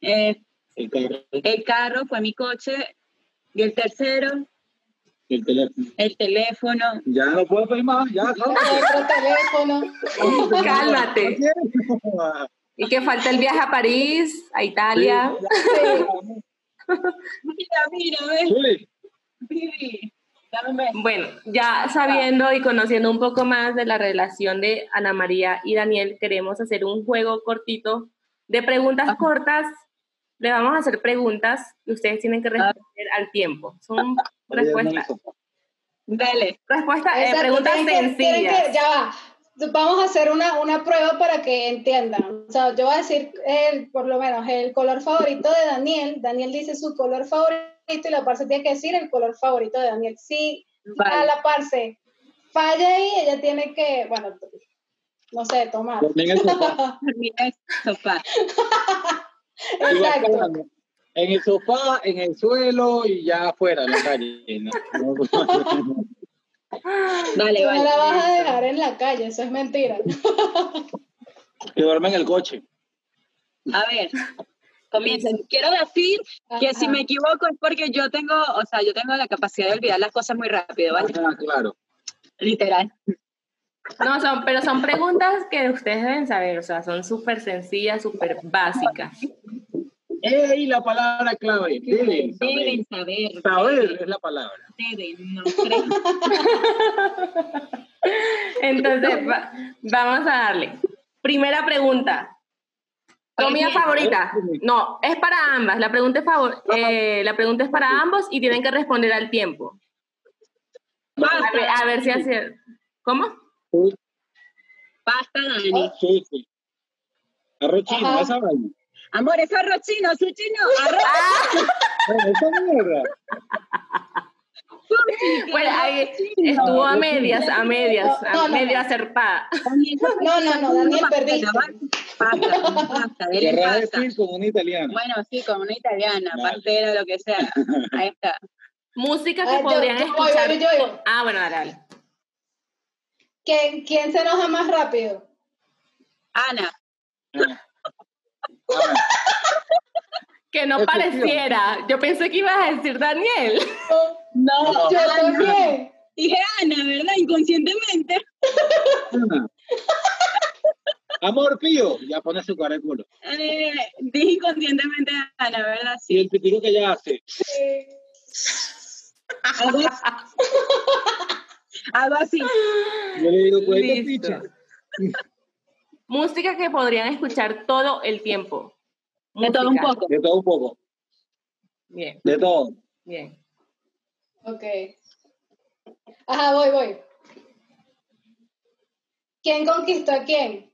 [SPEAKER 2] eh,
[SPEAKER 4] el carro,
[SPEAKER 2] el carro fue mi coche. Y el tercero,
[SPEAKER 4] el teléfono.
[SPEAKER 2] el teléfono.
[SPEAKER 4] Ya no puedo pedir más,
[SPEAKER 3] [LAUGHS]
[SPEAKER 4] ya, claro.
[SPEAKER 3] Nuestro teléfono.
[SPEAKER 1] [LAUGHS]
[SPEAKER 2] Eh, [LAUGHS]
[SPEAKER 1] Cálmate.
[SPEAKER 4] Ah,
[SPEAKER 1] Y que falta el viaje a París, a Italia.
[SPEAKER 3] Sí.
[SPEAKER 2] Mira, mira, ves,
[SPEAKER 4] Suri,
[SPEAKER 2] Suri. Dame un beso.
[SPEAKER 1] Bueno, ya sabiendo y conociendo un poco más de la relación de Ana María y Daniel, queremos hacer un juego cortito de preguntas
[SPEAKER 3] Ah.
[SPEAKER 2] Ajá.
[SPEAKER 1] cortas. Le vamos a hacer preguntas y ustedes tienen que
[SPEAKER 3] Ah.
[SPEAKER 1] responder al tiempo.
[SPEAKER 3] [LAUGHS]
[SPEAKER 1] Son respuestas.
[SPEAKER 2] Dale.
[SPEAKER 1] Respuesta, eh,
[SPEAKER 3] Exacto,
[SPEAKER 1] preguntas
[SPEAKER 3] tienen que- tienen que-
[SPEAKER 1] sencillas.
[SPEAKER 3] ya va. Vamos a hacer una, una prueba para que entiendan. O sea, yo voy a decir, el, por lo menos, el color favorito de Daniel. Daniel dice su color favorito y la parce tiene que decir el color favorito de Daniel. Si a
[SPEAKER 2] Vale.
[SPEAKER 3] la parce falla ahí, ella tiene que, bueno, no sé, tomar.
[SPEAKER 4] Dormí en el sofá.
[SPEAKER 2] Mira el sofá.
[SPEAKER 3] Exacto.
[SPEAKER 4] En el sofá, en el suelo y ya afuera, en la calle. ¿no?
[SPEAKER 2] Dale,
[SPEAKER 3] Tú
[SPEAKER 2] vale.
[SPEAKER 3] no la vas a dejar en la calle, eso es mentira.
[SPEAKER 4] que duerme en el coche.
[SPEAKER 2] A ver, comiencen. Quiero decir que si
[SPEAKER 3] Ajá.
[SPEAKER 2] me equivoco es porque yo tengo, o sea, yo tengo la capacidad de olvidar las cosas muy rápido, ¿vale?
[SPEAKER 4] Ah, claro.
[SPEAKER 2] Literal.
[SPEAKER 1] [GASPS] No, son, pero son preguntas que ustedes deben saber, o sea, son súper sencillas, súper básicas.
[SPEAKER 4] Ey, la palabra clave. Deben
[SPEAKER 2] Deben
[SPEAKER 4] saber.
[SPEAKER 2] saber.
[SPEAKER 4] Saber es la palabra.
[SPEAKER 2] Deben, no
[SPEAKER 1] [LAUGHS]
[SPEAKER 2] creen.
[SPEAKER 3] [LAUGHS]
[SPEAKER 1] Entonces, va- vamos a darle. Primera pregunta. ¿Comida
[SPEAKER 2] Oye,
[SPEAKER 1] favorita? No, es para ambas. La pregunta es, favor,
[SPEAKER 3] Ah.
[SPEAKER 1] eh, la pregunta es para ambos y tienen que responder al tiempo.
[SPEAKER 2] Basta,
[SPEAKER 3] Ah,
[SPEAKER 1] A ver, a ver si hace... ¿Cómo?
[SPEAKER 4] Sí,
[SPEAKER 2] basta, Dani.
[SPEAKER 4] sí, sí. Arroz chino,
[SPEAKER 3] Ajá.
[SPEAKER 4] esa vaina.
[SPEAKER 2] Amor, es arroz chino, su chino, arroz.
[SPEAKER 1] Ah,
[SPEAKER 4] Bueno, esa mierda.
[SPEAKER 2] sushi,
[SPEAKER 1] Bueno,
[SPEAKER 2] arroz
[SPEAKER 1] ahí
[SPEAKER 2] chino.
[SPEAKER 1] estuvo a medias, a medias,
[SPEAKER 3] No,
[SPEAKER 1] a
[SPEAKER 3] no, no.
[SPEAKER 1] medio acerpada.
[SPEAKER 2] Daniel,
[SPEAKER 3] No, no, no, Daniel, perdiste.
[SPEAKER 2] Basta, basta,
[SPEAKER 1] [LAUGHS]
[SPEAKER 2] dele
[SPEAKER 4] Querrás
[SPEAKER 2] basta.
[SPEAKER 4] decir con un italiano.
[SPEAKER 2] Bueno, sí, como una italiana,
[SPEAKER 4] Dale.
[SPEAKER 2] partera, lo que sea. Ahí está.
[SPEAKER 1] Música
[SPEAKER 3] Ah,
[SPEAKER 1] que
[SPEAKER 3] yo-
[SPEAKER 1] podrían
[SPEAKER 3] yo voy,
[SPEAKER 1] escuchar.
[SPEAKER 3] voy, yo voy.
[SPEAKER 1] Ah, bueno, dale, dale.
[SPEAKER 3] ¿Quién, ¿Quién se enoja más rápido?
[SPEAKER 2] Ana,
[SPEAKER 4] Ah,
[SPEAKER 1] Que no
[SPEAKER 4] Eso, tío.
[SPEAKER 1] pareciera. Yo pensé que ibas a decir Daniel.
[SPEAKER 2] no,
[SPEAKER 3] Yo
[SPEAKER 2] Ana.
[SPEAKER 3] también.
[SPEAKER 2] Dije Ana, ¿verdad? Inconscientemente.
[SPEAKER 4] Ana. Ah. Amor pío, ya pone su cara de culo.
[SPEAKER 2] Eh, dije inconscientemente Ana, ¿verdad?
[SPEAKER 4] Y
[SPEAKER 2] Sí.
[SPEAKER 4] el pitico que ella hace.
[SPEAKER 3] Sí.
[SPEAKER 2] Algo así. Algo así.
[SPEAKER 4] Yo le digo, pues, ¿qué
[SPEAKER 1] Listo.
[SPEAKER 4] picha?
[SPEAKER 1] Música que podrían escuchar todo el tiempo.
[SPEAKER 2] De todo un
[SPEAKER 1] Música.
[SPEAKER 2] poco.
[SPEAKER 4] De todo un poco,
[SPEAKER 1] Bien,
[SPEAKER 4] de todo.
[SPEAKER 1] bien.
[SPEAKER 3] Ok. Ajá, voy, voy. ¿Quién conquistó a quién?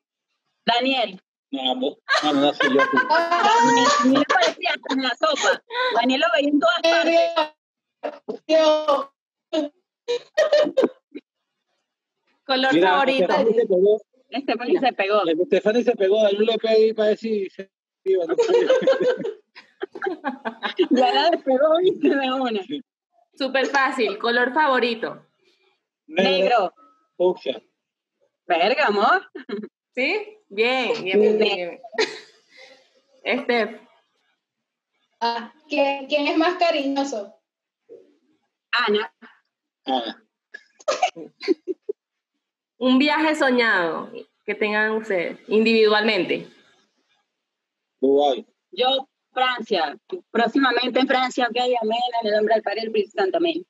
[SPEAKER 2] Daniel,
[SPEAKER 4] No, amor. No, no, no, soy yo.
[SPEAKER 3] ¡Ah!
[SPEAKER 2] a mí me parecía hasta en la sopa. Daniel lo veía en todas partes.
[SPEAKER 3] Dios, Dios.
[SPEAKER 1] Color
[SPEAKER 4] Mira,
[SPEAKER 1] favorito.
[SPEAKER 4] Stephanie se pegó,
[SPEAKER 2] Este país se pegó.
[SPEAKER 4] Stephanie se pegó, dale un lepe ahí para decir, se viva, no sé.
[SPEAKER 2] Ya la despegó, viste, de una.
[SPEAKER 1] Súper fácil. Color favorito.
[SPEAKER 2] Negro.
[SPEAKER 4] fucsia.
[SPEAKER 2] Verga, amor.
[SPEAKER 1] ¿Sí? Bien, bien, bien. bien, bien. [LAUGHS] Este,
[SPEAKER 3] Ah, ¿quién, quién es más cariñoso?
[SPEAKER 2] Ana,
[SPEAKER 4] Ah,
[SPEAKER 1] un viaje soñado que tengan ustedes individualmente.
[SPEAKER 4] Dubái.
[SPEAKER 2] yo Francia. Próximamente en Francia, ok, amén, en el nombre del Padre y del Espíritu Santo, amén.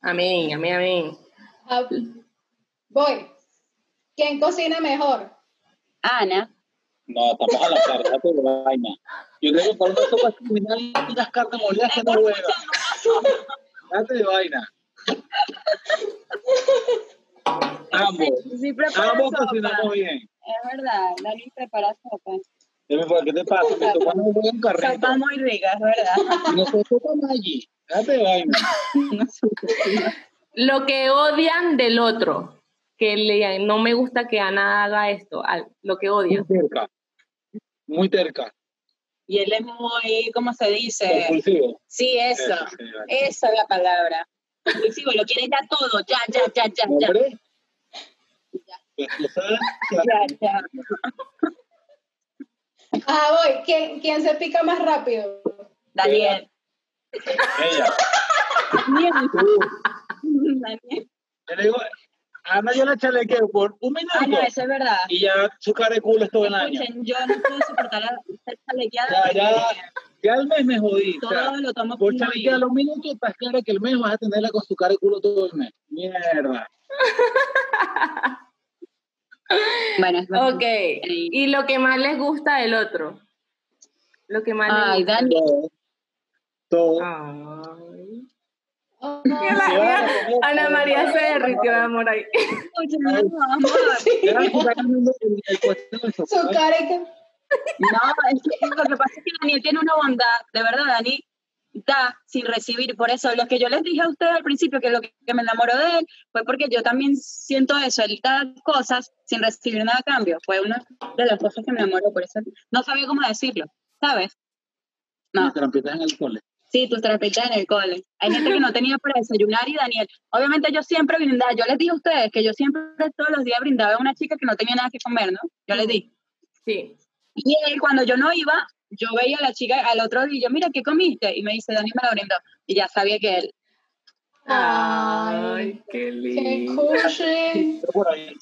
[SPEAKER 1] Amén, amén, amén.
[SPEAKER 3] Ah, voy. ¿Quién cocina mejor?
[SPEAKER 2] Ana.
[SPEAKER 4] No, estamos a la carta de vaina. Yo creo que por una sopa criminal y unas cartas molidas que no buena. Date de vaina. Ambos.
[SPEAKER 2] Sí, sí prepara
[SPEAKER 4] Ambos
[SPEAKER 2] sopa.
[SPEAKER 4] cocinamos bien.
[SPEAKER 2] Es verdad, Dani prepara sopa.
[SPEAKER 4] Dime, ¿por ¿Qué te pasa? Me tocan un buen carrito.
[SPEAKER 2] Sopa muy rica, es verdad. [LAUGHS]
[SPEAKER 4] Y No se toca Maggi. Date de vaina.
[SPEAKER 1] Lo que odian del otro. Que le digan, no me gusta que Ana haga esto. al- Lo que
[SPEAKER 4] Muy
[SPEAKER 1] odian.
[SPEAKER 4] cerca. Muy cerca.
[SPEAKER 2] Y él es muy, ¿cómo se dice?
[SPEAKER 4] Compulsivo.
[SPEAKER 2] Sí, eso.
[SPEAKER 4] sí, vale.
[SPEAKER 2] Esa es la palabra. Inclusive lo quiere ya todo, ya, ya, ya, ya, ya.
[SPEAKER 4] Hombre. Pues tú sabes,
[SPEAKER 2] Ya, ya.
[SPEAKER 3] Ah, voy. ¿Quién, quién se pica más rápido?
[SPEAKER 2] Daniel.
[SPEAKER 4] Ella.
[SPEAKER 2] Daniel.
[SPEAKER 4] Tú.
[SPEAKER 2] [LAUGHS] Daniel.
[SPEAKER 4] Yo le digo, Ana, yo la chalequeo por un minuto.
[SPEAKER 2] Ah, no, eso es verdad.
[SPEAKER 4] Y ya su cara de culo estuvo en año.
[SPEAKER 2] Escuchen, yo no puedo soportar la esta chalequeada.
[SPEAKER 4] Ya, ya, ya el mes me jodí. o sea,
[SPEAKER 2] Todo lo tomo
[SPEAKER 4] por
[SPEAKER 2] muy
[SPEAKER 4] chalequear los minutos, está claro que el mes vas a tenerla con su cara de culo todo el mes. Mierda.
[SPEAKER 2] bien. Bueno, es verdad.
[SPEAKER 1] Ok. Y lo que más les gusta del otro. Lo que más les
[SPEAKER 2] Ay,
[SPEAKER 1] gusta.
[SPEAKER 2] Dani.
[SPEAKER 4] Todo. Todo.
[SPEAKER 1] Ay.
[SPEAKER 3] Ah,
[SPEAKER 1] Mira, mira, Ana María se derritió de amor ahí.
[SPEAKER 2] Oye, no, amor.
[SPEAKER 4] Era su cara en el- el puesto del
[SPEAKER 3] su
[SPEAKER 4] sofá.
[SPEAKER 3] cara y que-
[SPEAKER 2] No, es que lo que pasa es que Daniel tiene una bondad, de verdad, Dani da sin recibir, por eso lo que yo les dije a ustedes al principio, que lo que que me enamoró de él, fue porque yo también siento eso, él da cosas sin recibir nada a cambio, fue una de las cosas que me enamoró, por eso no sabía cómo decirlo, ¿sabes? No,
[SPEAKER 4] Y trampitas en el cole.
[SPEAKER 2] sí, tus terapias en el cole. Hay gente que no tenía para desayunar y Daniel, obviamente yo siempre brindaba, yo les dije a ustedes que yo siempre todos los días brindaba a una chica que no tenía nada que comer, ¿no? Yo les dije.
[SPEAKER 1] Sí.
[SPEAKER 2] Y él, cuando yo no iba, yo veía a la chica al otro día y yo, mira, ¿qué comiste? Y me dice, Dani me lo brindó. Y ya sabía que él. [LAUGHS]
[SPEAKER 3] Ay,
[SPEAKER 1] Ay, qué
[SPEAKER 3] qué
[SPEAKER 1] lindo.
[SPEAKER 3] cuchi.
[SPEAKER 4] Pero por ahí,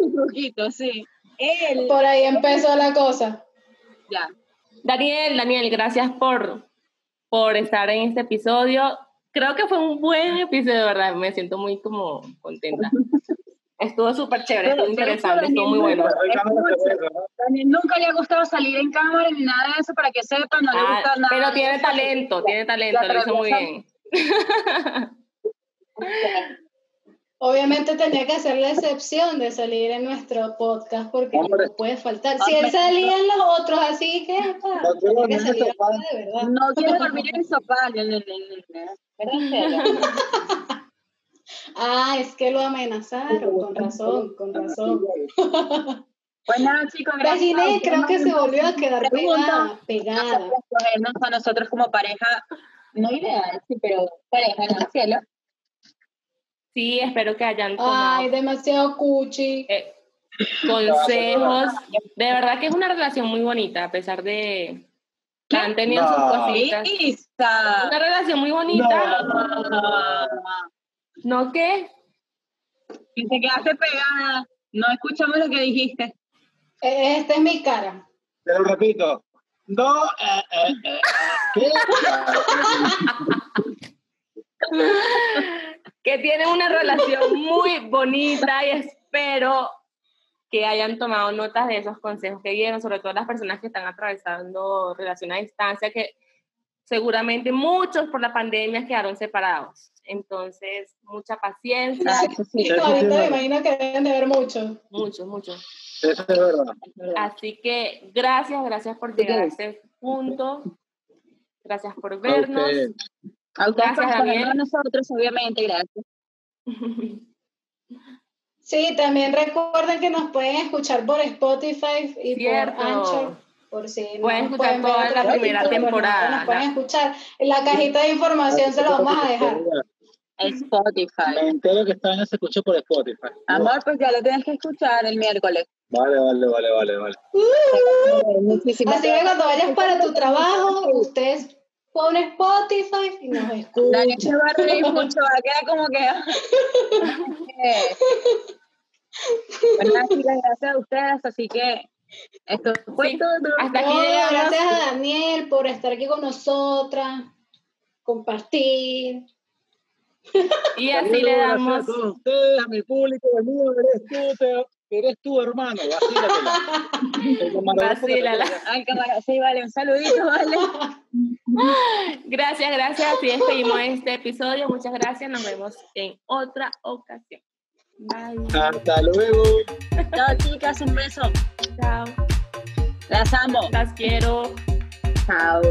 [SPEAKER 2] Un poquito, sí. Él,
[SPEAKER 3] Por ahí empezó la cosa.
[SPEAKER 2] ya.
[SPEAKER 1] Daniel, Daniel, gracias por, por estar en este episodio. Creo que fue un buen episodio, de ¿verdad? Me siento muy como contenta. Estuvo súper chévere, estuvo
[SPEAKER 2] Pero- pero
[SPEAKER 1] interesante,
[SPEAKER 2] eso,
[SPEAKER 1] estuvo muy
[SPEAKER 2] Daniel,
[SPEAKER 1] bueno.
[SPEAKER 4] Ahí está la
[SPEAKER 2] Escucha.
[SPEAKER 4] cerveza, ¿no?
[SPEAKER 2] Daniel nunca le ha gustado salir en cámara ni nada de eso, para que sepan, no le
[SPEAKER 1] Ah,
[SPEAKER 2] gusta nada.
[SPEAKER 1] pero tiene talento, tiene talento, lo hizo muy bien.
[SPEAKER 3] Obviamente tenía que hacer la excepción de salir en nuestro podcast porque
[SPEAKER 4] Hombre.
[SPEAKER 3] no puede faltar. Si él salía en los otros, así que pa,
[SPEAKER 4] No, pero
[SPEAKER 3] tenía
[SPEAKER 4] no
[SPEAKER 3] que
[SPEAKER 4] es
[SPEAKER 3] salir
[SPEAKER 4] eso, pa.
[SPEAKER 3] de verdad.
[SPEAKER 2] No quiere dormir en el sofá. le- le- le- le- le. ¿Verdad,
[SPEAKER 3] Ah, es que lo amenazaron, con razón, con razón.
[SPEAKER 2] Pues nada, chicos, gracias.
[SPEAKER 3] Regine creo que se volvió a
[SPEAKER 2] Te
[SPEAKER 3] quedar
[SPEAKER 2] pregunto,
[SPEAKER 3] pegada, pegada.
[SPEAKER 2] Escogernos a nosotros como pareja, no ideal, sí, pero pareja en el cielo.
[SPEAKER 1] Sí, espero que hayan tomado
[SPEAKER 3] Ay, demasiado cuchi.
[SPEAKER 1] eh, consejos. De verdad que es una relación muy bonita, a pesar de que han tenido sus
[SPEAKER 4] No.
[SPEAKER 1] cositas.
[SPEAKER 2] Lisa.
[SPEAKER 1] Una relación muy bonita.
[SPEAKER 4] No.
[SPEAKER 1] ¿No qué?
[SPEAKER 2] Y te quedaste pegada. No escuchamos lo que dijiste.
[SPEAKER 3] Eh, Esta es mi cara.
[SPEAKER 4] Te lo repito. No, eh, eh, eh, eh, ¿qué?
[SPEAKER 1] que tienen una relación muy bonita y espero que hayan tomado notas de esos consejos que dieron, sobre todo las personas que están atravesando relación a distancia, que seguramente muchos por la pandemia quedaron separados. Entonces, mucha paciencia,
[SPEAKER 4] sí. Eso
[SPEAKER 3] Ahorita me
[SPEAKER 4] vale.
[SPEAKER 3] imagino que deben de ver mucho.
[SPEAKER 1] muchos, muchos.
[SPEAKER 4] Eso es verdad.
[SPEAKER 1] Así que gracias, gracias por llegar a este punto. Gracias por vernos.
[SPEAKER 4] A usted.
[SPEAKER 2] A ustedes
[SPEAKER 1] Ah, Gracias,
[SPEAKER 2] por escogernos
[SPEAKER 1] Daniel.
[SPEAKER 2] a nosotros, obviamente, gracias.
[SPEAKER 3] Sí, también recuerden que nos pueden escuchar por Spotify y
[SPEAKER 1] Cierto.
[SPEAKER 3] por Anchor. Por si no
[SPEAKER 1] Pueden
[SPEAKER 3] nos
[SPEAKER 1] escuchar
[SPEAKER 3] ver
[SPEAKER 1] toda
[SPEAKER 3] en
[SPEAKER 1] la
[SPEAKER 3] otro
[SPEAKER 1] primera
[SPEAKER 3] sitio, por
[SPEAKER 1] temporada,
[SPEAKER 3] nosotros Nos
[SPEAKER 1] ¿no?
[SPEAKER 3] pueden escuchar. En la cajita de información se lo vamos a dejar.
[SPEAKER 4] Me
[SPEAKER 2] Spotify.
[SPEAKER 4] entero que esta vaina se escucha por Spotify.
[SPEAKER 2] Amor, pues ya lo tienes que escuchar el miércoles.
[SPEAKER 4] Vale, vale, vale, vale, vale.
[SPEAKER 2] Muchísimas
[SPEAKER 3] Así que cuando vayas para tu trabajo, ustedes ponen Spotify y nos
[SPEAKER 2] Daniel
[SPEAKER 3] escuchan.
[SPEAKER 2] se va a reír mucho, va a quedar como que. [LAUGHS] Eh. bueno, chicas, gracias a ustedes, así que Esto fue
[SPEAKER 1] Sí,
[SPEAKER 2] todo.
[SPEAKER 1] hasta aquí
[SPEAKER 3] No,
[SPEAKER 1] llegamos.
[SPEAKER 3] gracias a Daniel por estar aquí con nosotras, compartir.
[SPEAKER 1] Y así le damos.
[SPEAKER 4] Gracias a todos ustedes, a mi público, el mío, eres tú, te- eres tú, hermano. Vacílatela.
[SPEAKER 1] [LAUGHS]
[SPEAKER 4] El camarógrafo que te
[SPEAKER 1] Vacílala.
[SPEAKER 4] pega.
[SPEAKER 2] Ay, cámara, sí, vale, un
[SPEAKER 1] [LAUGHS]
[SPEAKER 2] saludito, vale.
[SPEAKER 1] Gracias, gracias. Así despedimos este episodio. Muchas gracias. Nos vemos en otra ocasión. Bye.
[SPEAKER 4] Hasta luego.
[SPEAKER 2] Chao, chicas, un beso.
[SPEAKER 1] Chao.
[SPEAKER 2] Las amo.
[SPEAKER 1] Las quiero.
[SPEAKER 2] Chao.